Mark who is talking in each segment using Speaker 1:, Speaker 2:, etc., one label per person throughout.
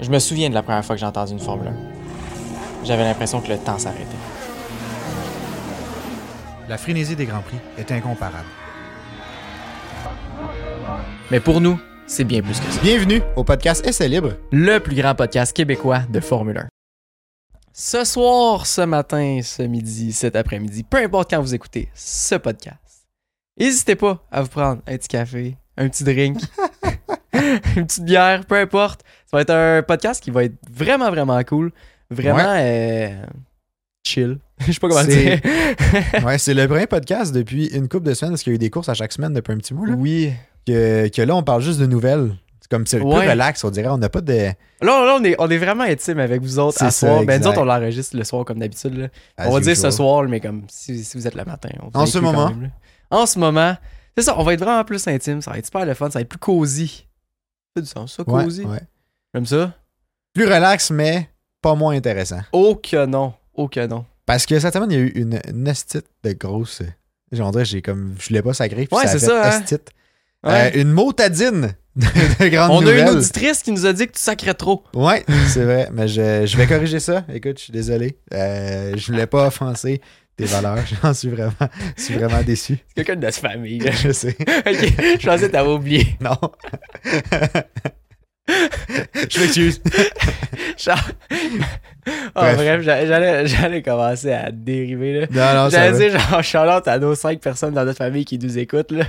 Speaker 1: Je me souviens de la première fois que j'ai entendu une Formule 1. J'avais l'impression que le temps s'arrêtait.
Speaker 2: La frénésie des Grands Prix est incomparable.
Speaker 1: Mais pour nous, c'est bien plus que ça.
Speaker 3: Bienvenue au podcast Essai Libre.
Speaker 1: Le plus grand podcast québécois de Formule 1. Ce soir, ce matin, ce midi, cet après-midi, peu importe quand vous écoutez ce podcast, n'hésitez pas à vous prendre un petit café, un petit drink, une petite bière, peu importe. Ça va être un podcast qui va être vraiment, vraiment cool. Vraiment euh, chill. Je sais pas comment
Speaker 3: C'est-
Speaker 1: dire.
Speaker 3: Ouais, c'est le premier podcast depuis une couple de semaines parce qu'il y a eu des courses à chaque semaine depuis un petit bout. Là,
Speaker 1: Oui.
Speaker 3: que, que là, on parle juste de nouvelles. C'est comme c'est
Speaker 1: Ouais.
Speaker 3: plus relax, on dirait. On n'a pas de.
Speaker 1: Là, là, on, est, on est vraiment intime avec vous autres à
Speaker 3: C'est ça,
Speaker 1: soir. Ben, nous
Speaker 3: exact.
Speaker 1: autres, on l'enregistre le soir comme d'habitude. là.
Speaker 3: as
Speaker 1: On va dire ce
Speaker 3: usual.
Speaker 1: soir, mais comme si, si vous êtes le matin. on vous
Speaker 3: En ce
Speaker 1: inclut quand
Speaker 3: moment.
Speaker 1: même, là. en ce moment. C'est ça, on va être vraiment plus intime. Ça va être super le fun. Ça va être plus cosy. Ça fait du sens, ça,
Speaker 3: Ouais,
Speaker 1: cosy.
Speaker 3: ouais.
Speaker 1: J'aime ça.
Speaker 3: Plus relax, mais pas moins intéressant.
Speaker 1: Oh que non. Oh que non.
Speaker 3: Parce que cette semaine, il y a eu une, une estite de grosse. J'en dirais, j'ai comme. Je l'ai pas sacré. Puis
Speaker 1: Ouais,
Speaker 3: ça a
Speaker 1: c'est
Speaker 3: fait
Speaker 1: ça, hein.
Speaker 3: estite.
Speaker 1: Ouais.
Speaker 3: Euh, une motadine de, de grande
Speaker 1: on
Speaker 3: nouvelle.
Speaker 1: a une auditrice qui nous a dit que tu sacrais trop.
Speaker 3: Ouais, c'est vrai, mais je, je vais corriger ça. Écoute, je suis désolé. Euh, je voulais pas offenser tes valeurs. J'en suis vraiment, je suis vraiment déçu.
Speaker 1: C'est quelqu'un de notre famille. là.
Speaker 3: Je sais.
Speaker 1: Ok, Je pensais que t'avais oublié.
Speaker 3: Non. je m'excuse.
Speaker 1: Genre- Ah,
Speaker 3: Bref.
Speaker 1: bref, j'a- j'allais j'allais commencer à dériver. là.
Speaker 3: Non, non, Ah, ça va.
Speaker 1: J'allais dire genre Charlotte à nos cinq personnes dans notre famille qui nous écoutent. Là.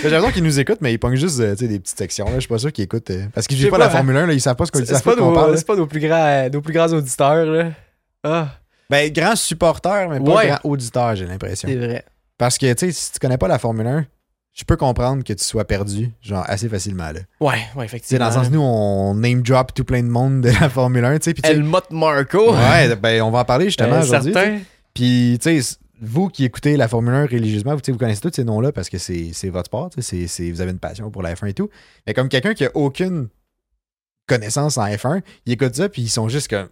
Speaker 3: J'ai l'impression qu'ils nous écoutent, mais ils pognent juste euh, tu sais, des petites sections. Là. Je suis pas sûr qu'ils écoutent. euh, parce que
Speaker 1: Je
Speaker 3: j'ai
Speaker 1: sais
Speaker 3: pas,
Speaker 1: pas,
Speaker 3: la
Speaker 1: hein.
Speaker 3: Formule 1, là, ils savent pas ce qu'on ils
Speaker 1: C'est
Speaker 3: savent
Speaker 1: c'est
Speaker 3: pas
Speaker 1: pas,
Speaker 3: de quoi on
Speaker 1: nos,
Speaker 3: parle. là.
Speaker 1: c'est pas nos plus grands, euh, nos plus grands auditeurs. Là. Ah,
Speaker 3: Ben, grand supporter, mais pas
Speaker 1: Ouais.
Speaker 3: grand auditeur, j'ai l'impression.
Speaker 1: c'est vrai.
Speaker 3: Parce que, tu sais, si tu connais pas la Formule 1, je peux comprendre que tu sois perdu, genre, assez facilement, là.
Speaker 1: Ouais, ouais,
Speaker 3: Tu sais,
Speaker 1: effectivement.
Speaker 3: dans le sens, nous, on name drop tout plein de monde de la Formule 1, tu sais. puis tu sais-
Speaker 1: El Mott Marco.
Speaker 3: Ouais, ben, on va en parler justement
Speaker 1: Euh,
Speaker 3: aujourd'hui. tu sais.
Speaker 1: certain.
Speaker 3: Puis, tu sais, vous qui écoutez la Formule 1 religieusement, vous, tu sais, vous connaissez tous ces noms-là parce que c'est c'est votre sport, tu sais, c'est- c'est- vous avez une passion pour la F1 et tout. Mais comme quelqu'un qui a aucune connaissance en F1, ils écoutent ça, puis ils sont juste comme.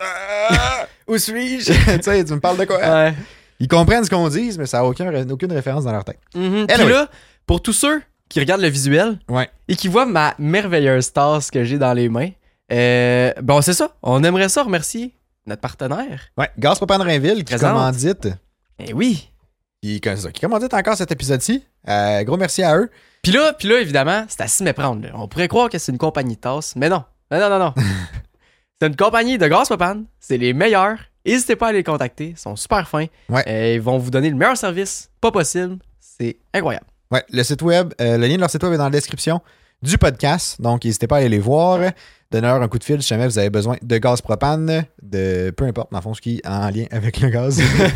Speaker 3: Ah!
Speaker 1: Où suis-je?
Speaker 3: tu sais, tu me parles de quoi?
Speaker 1: ouais.
Speaker 3: Ils comprennent ce qu'on dit, mais ça n'a aucun, aucune référence dans leur tête.
Speaker 1: Mhm. Puis
Speaker 3: Anyway.
Speaker 1: là, pour tous ceux qui regardent le visuel
Speaker 3: Ouais.
Speaker 1: et qui voient ma merveilleuse tasse que j'ai dans les mains, euh, bon, c'est ça. On aimerait ça remercier notre partenaire.
Speaker 3: Ouais, Gaz Propane Rainville qui
Speaker 1: Présente.
Speaker 3: commandite.
Speaker 1: Eh oui.
Speaker 3: Qui, qui commandite encore cet épisode-ci. Euh, gros merci à eux.
Speaker 1: Puis là, puis là, évidemment, c'est à s'y méprendre. là. On pourrait croire que c'est une compagnie de tasses, mais non. Non, non, non, non. c'est une compagnie de grosses papanes. C'est les meilleurs. N'hésitez pas à les contacter. Ils sont super fins.
Speaker 3: Ouais.
Speaker 1: Euh, ils vont vous donner le meilleur service pas possible. C'est incroyable.
Speaker 3: Ouais, le site web, euh, le lien de leur site web est dans la description du podcast. Donc, n'hésitez pas à aller les voir. Donnez-leur un coup de fil si jamais vous avez besoin de gaz propane, de peu importe, dans le fond, ce qui est en lien avec le gaz. Ben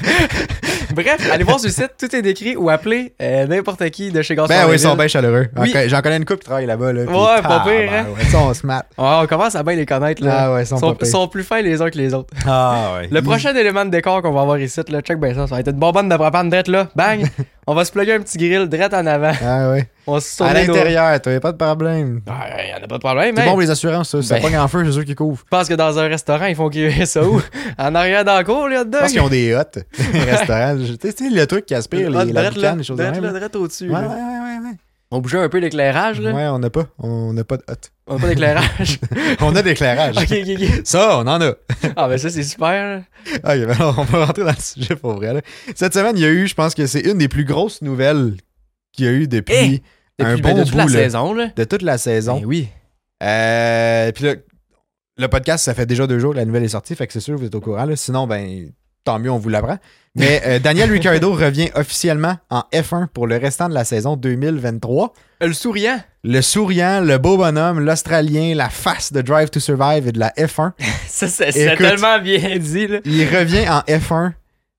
Speaker 1: Bref, allez voir sur le site. Tout est décrit ou appelez euh, n'importe qui de chez Gaspard
Speaker 3: ben oui, ils sont
Speaker 1: Leville.
Speaker 3: bien chaleureux.
Speaker 1: Oui.
Speaker 3: Ok, J'en connais une couple qui travaille là-bas. Là, puis
Speaker 1: Ouais, pas pire,
Speaker 3: tabarouette,
Speaker 1: hein?
Speaker 3: ils sont smart.
Speaker 1: Ah, on commence à bien les connaître. Là.
Speaker 3: Ah ouais, ils sont,
Speaker 1: Ils sont,
Speaker 3: pas pires.
Speaker 1: sont plus fins les uns que les autres.
Speaker 3: Ah ouais.
Speaker 1: Le
Speaker 3: Ils-
Speaker 1: prochain élément de décor qu'on va avoir ici, là, check bien ça, ça va être une bonbonne de propane drette là. Bang! on va se plugger un petit grill drette en avant.
Speaker 3: Ah ouais.
Speaker 1: On se
Speaker 3: À
Speaker 1: tourne nos-
Speaker 3: l'intérieur, t'avais pas de problème.
Speaker 1: Ah, ouais, y'en a pas de problème,
Speaker 3: C'est
Speaker 1: hein.
Speaker 3: bon pour les assurances, ça. Ça
Speaker 1: Ben.
Speaker 3: pogne en feu, c'est sûr qu'ils couvrent.
Speaker 1: Je pense que dans un restaurant, ils font cuire ça où? en arrière dans la cour, les hot
Speaker 3: Je
Speaker 1: dogs.
Speaker 3: pense qu'ils ont des hottes, les restaurants. Tu sais, tu sais, le truc qui aspire,
Speaker 1: Ah,
Speaker 3: les, la
Speaker 1: drette, là,
Speaker 3: boucane, les choses de
Speaker 1: drette,
Speaker 3: même.
Speaker 1: là, drette au-dessus.
Speaker 3: Ouais, ouais,
Speaker 1: là.
Speaker 3: ouais, ouais.
Speaker 1: On bougeait un peu l'éclairage, là.
Speaker 3: Ouais, on n'a pas. On n'a pas de hotte.
Speaker 1: On a pas d'éclairage.
Speaker 3: On a de l'éclairage.
Speaker 1: ok, ok, ok.
Speaker 3: Ça, on en a. Ok,
Speaker 1: Ah, ben ça, c'est super. là.
Speaker 3: ben alors, on va rentrer dans le sujet pour vrai. là. Cette semaine, il y a eu, je pense que c'est une des plus grosses nouvelles qu'il y a eu depuis
Speaker 1: Hey!
Speaker 3: Un
Speaker 1: Eh! Depuis ben,
Speaker 3: bon
Speaker 1: de toute la
Speaker 3: bout, là.
Speaker 1: saison, là.
Speaker 3: de toute la saison.
Speaker 1: Ben oui.
Speaker 3: Euh, puis là, le podcast, ça fait déjà deux jours que la nouvelle est sortie, fait que c'est sûr que vous êtes au courant. là. Sinon, ben, tant mieux, on vous l'apprend. Mais euh, Daniel Ricciardo revient officiellement en F1 pour le restant de la saison 2023.
Speaker 1: Euh, Le souriant.
Speaker 3: Le souriant, le beau bonhomme, l'Australien, la face de Drive to Survive et de la F1
Speaker 1: Ça, c'est c'est
Speaker 3: Écoute.
Speaker 1: tellement bien dit, là.
Speaker 3: Il revient en F1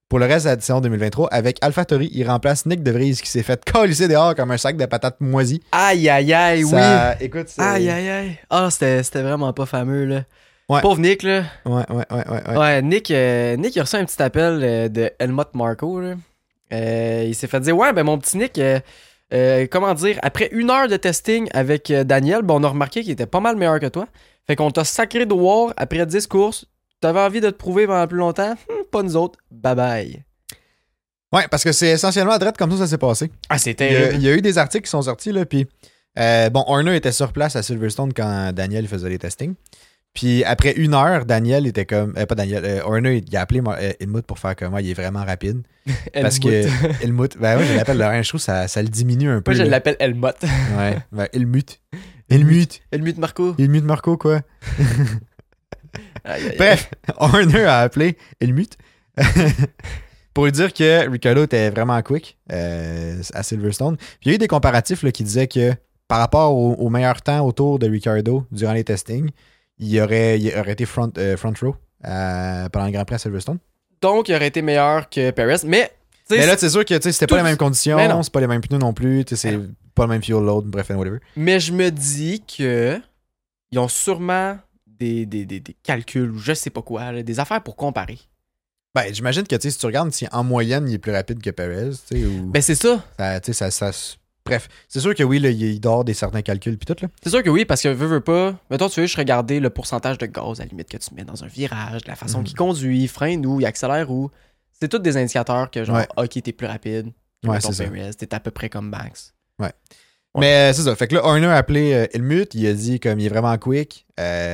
Speaker 3: pour le reste de la saison 2023 avec AlphaTauri. Il remplace Nick De Vries qui s'est fait colisser dehors comme un sac de patates moisies.
Speaker 1: Aïe, aïe, aïe, Eh oui.
Speaker 3: Ça- Écoute, c'est-
Speaker 1: Aïe, aïe, aïe. Ah, c'était c'était vraiment pas fameux, là.
Speaker 3: Ouais.
Speaker 1: Pauvre Nick, là.
Speaker 3: Ouais, ouais, ouais, ouais. ouais.
Speaker 1: Ouais, Nick, euh, Nick, il a reçu un petit appel euh, de Helmut Marco. là. Euh, il s'est fait dire Ouais, ben mon petit Nick, euh, euh, comment dire, après une heure de testing avec euh, Daniel, ben, on a remarqué qu'il était pas mal meilleur que toi. Fait qu'on t'a sacré dehors après 10 courses. T'avais envie de te prouver pendant plus longtemps Hum, Pas nous autres. Bye bye.
Speaker 3: Ouais, parce que c'est essentiellement à droite comme ça ça s'est passé.
Speaker 1: Ah, c'est
Speaker 3: Il y, a, il y a eu des articles qui sont sortis, là, puis Euh, bon, Horner était sur place à Silverstone quand Daniel faisait les testings. Puis après une heure, Daniel était comme. euh, pas Daniel, euh, Horner, il a appelé Mar- euh, Helmut pour faire comme moi, il est vraiment rapide. Parce que
Speaker 1: Helmut.
Speaker 3: Helmut, ben ouais, je l'appelle le je trouve que ça, ça le diminue un peu.
Speaker 1: Moi, je
Speaker 3: là.
Speaker 1: l'appelle Helmut.
Speaker 3: Ouais, ben, Helmut. Helmut.
Speaker 1: Helmut Marco.
Speaker 3: Helmut Marco, quoi.
Speaker 1: Aïe, aïe, aïe.
Speaker 3: Bref, Horner a appelé Helmut pour lui dire que Ricciardo était vraiment quick euh, à Silverstone. Puis il y a eu des comparatifs là, qui disaient que par rapport au, au meilleur temps autour de Ricciardo durant les testings, il aurait, il aurait été front, euh, front row euh, pendant le Grand Prix à Silverstone.
Speaker 1: Donc, il aurait été meilleur que Perez. Mais, tu sais,
Speaker 3: Mais là, c'est sûr que tu sais, c'était pas
Speaker 1: tout-
Speaker 3: les mêmes
Speaker 1: Mais non.
Speaker 3: conditions, c'est pas les mêmes pneus non plus, tu sais,
Speaker 1: Mais
Speaker 3: c'est pas le même fuel load, bref, and whatever.
Speaker 1: Mais je me dis que ils ont sûrement des, des, des, des calculs ou je sais pas quoi, là, des affaires pour comparer.
Speaker 3: Ben, j'imagine que tu sais, si tu regardes si en moyenne il est plus rapide que Perez, tu sais, ou
Speaker 1: Ben c'est ça.
Speaker 3: ça, tu sais, ça- ça se- bref, c'est sûr que oui, là, il il dort des certains calculs puis tout là.
Speaker 1: C'est sûr que oui, parce que veux, veux pas. Mettons, tu veux juste regarder le pourcentage de gaz à la limite que tu mets dans un virage, de la façon
Speaker 3: Mhm.
Speaker 1: qu'il conduit, il freine où, il accélère où. C'est tous des indicateurs que genre,
Speaker 3: Ouais.
Speaker 1: ok, t'es plus rapide. que,
Speaker 3: Ouais,
Speaker 1: mettons,
Speaker 3: c'est ça.
Speaker 1: Perez, T'es à peu près comme Max. Ouais.
Speaker 3: Mais euh, c'est ça. Fait que là, Horner a appelé euh, Helmut. Il a dit comme il est vraiment quick.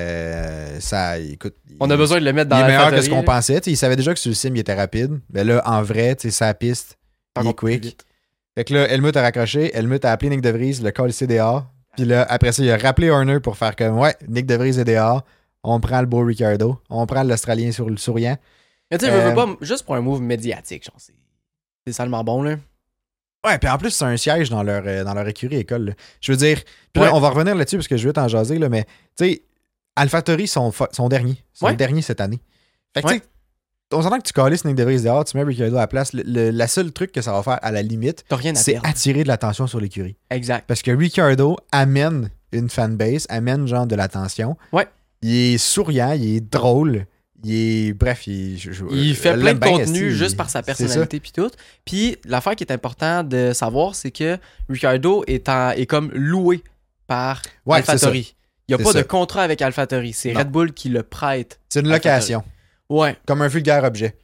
Speaker 3: Euh, ça, écoute.
Speaker 1: On a
Speaker 3: il-
Speaker 1: besoin de le mettre
Speaker 3: Il
Speaker 1: dans
Speaker 3: est
Speaker 1: la
Speaker 3: meilleur que ce
Speaker 1: factory,
Speaker 3: qu'on
Speaker 1: là,
Speaker 3: pensait. Tu sais, il savait déjà que sur le sim, il était rapide. Mais là, en vrai, tu sais, sa piste.
Speaker 1: par
Speaker 3: il est
Speaker 1: contre, plus
Speaker 3: quick.
Speaker 1: vite.
Speaker 3: Fait que là, Helmut a raccroché. Helmut a appelé Nick DeVries, le call CDA. Puis là, après ça, il a rappelé Horner pour faire comme Ouais, Nick DeVries est dehors. On prend le beau Ricardo. On prend l'Australien sur le souriant.
Speaker 1: Mais tu sais, veux, veux
Speaker 3: Euh,
Speaker 1: pas, juste pour un move médiatique, genre, c'est c'est salement bon, là.
Speaker 3: Ouais, puis en plus, c'est un siège dans leur, euh, dans leur écurie école. là. Je veux dire, puis là,
Speaker 1: Ouais.
Speaker 3: on va revenir là-dessus parce que je veux t'en jaser, là, mais tu sais, AlphaTauri sont, fa- sont derniers. Sont
Speaker 1: Ouais.
Speaker 3: derniers cette année. Fait que
Speaker 1: Ouais.
Speaker 3: tu sais, on s'entend que tu calisses Nick DeVries dehors, tu mets Ricciardo à la place. Le, le- la seule truc que ça va faire à la limite,
Speaker 1: T'as rien à
Speaker 3: c'est
Speaker 1: perdre.
Speaker 3: attirer de l'attention sur l'écurie.
Speaker 1: Exact.
Speaker 3: Parce que Ricciardo amène une fanbase, amène genre de l'attention.
Speaker 1: Ouais.
Speaker 3: Il est souriant, il est drôle. Il est. Bref, il. je- je-
Speaker 1: Il
Speaker 3: je
Speaker 1: fait plein de
Speaker 3: l'aime bien,
Speaker 1: contenu
Speaker 3: esti.
Speaker 1: juste par sa
Speaker 3: C'est ça.
Speaker 1: personnalité puis tout. Puis l'affaire qui est importante de savoir, c'est que Ricardo est, en- est comme loué par
Speaker 3: Ouais, c'est
Speaker 1: AlphaTauri. Il n'y a
Speaker 3: C'est
Speaker 1: pas
Speaker 3: ça.
Speaker 1: de contrat avec AlphaTauri. C'est
Speaker 3: Non.
Speaker 1: Red Bull qui le prête.
Speaker 3: C'est une location,
Speaker 1: Ouais.
Speaker 3: comme un vulgaire objet.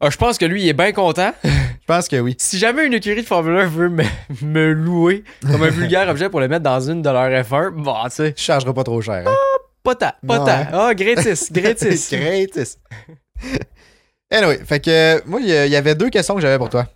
Speaker 1: Ah, je pense que lui, il est bien content.
Speaker 3: Je pense que oui.
Speaker 1: Si jamais une écurie de Formule 1 veut me, me louer comme un vulgaire objet pour le mettre dans une de leurs F1, bon, tu sais,
Speaker 3: Je chargerai pas trop cher.
Speaker 1: Ah!
Speaker 3: hein.
Speaker 1: pas tant, pas
Speaker 3: Non,
Speaker 1: tant.
Speaker 3: hein.
Speaker 1: Ah, gratis, gratis.
Speaker 3: Gratis. anyway, fait que euh, moi, il y a- il y avait deux questions que j'avais pour toi.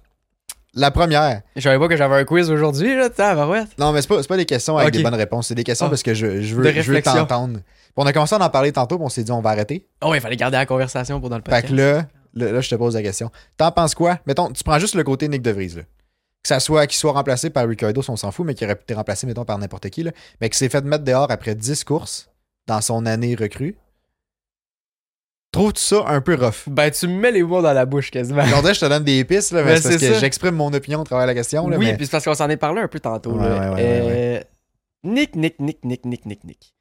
Speaker 3: La première.
Speaker 1: Je savais pas que j'avais un quiz aujourd'hui, là, t'as, bah ouais.
Speaker 3: Non, mais c'est pas, c'est pas des questions avec
Speaker 1: Ok.
Speaker 3: des bonnes réponses. C'est des questions
Speaker 1: Ah.
Speaker 3: parce que je, je
Speaker 1: De
Speaker 3: veux, je veux
Speaker 1: réflexion.
Speaker 3: t'entendre. Puis On a commencé à en parler tantôt, puis on s'est dit on va arrêter.
Speaker 1: Oh, il fallait garder la conversation pour dans le
Speaker 3: Fait
Speaker 1: podcast.
Speaker 3: que là, là, là, je te pose la question. T'en penses quoi? Mettons, tu prends juste le côté Nick DeVries, là. Que ça soit qu'il soit remplacé par Ricardo, si on s'en fout, mais qu'il aurait pu être remplacé, mettons, par n'importe qui, là. Mais qu'il s'est fait mettre dehors après 10 courses dans son année recrue. Trouves-tu ça un peu rough?
Speaker 1: Ben, tu me mets les mots dans la bouche quasiment.
Speaker 3: Genre, là, je te donne des pistes, là, mais
Speaker 1: Ben,
Speaker 3: c'est parce
Speaker 1: c'est
Speaker 3: que
Speaker 1: ça.
Speaker 3: j'exprime mon opinion au travers de la question. Là,
Speaker 1: oui,
Speaker 3: mais-
Speaker 1: puis c'est parce qu'on s'en est parlé un peu tantôt.
Speaker 3: Ouais,
Speaker 1: là.
Speaker 3: ouais, ouais, ouais,
Speaker 1: Euh, Nick, Nick, Nick, Nick, Nick, Nick, Nick.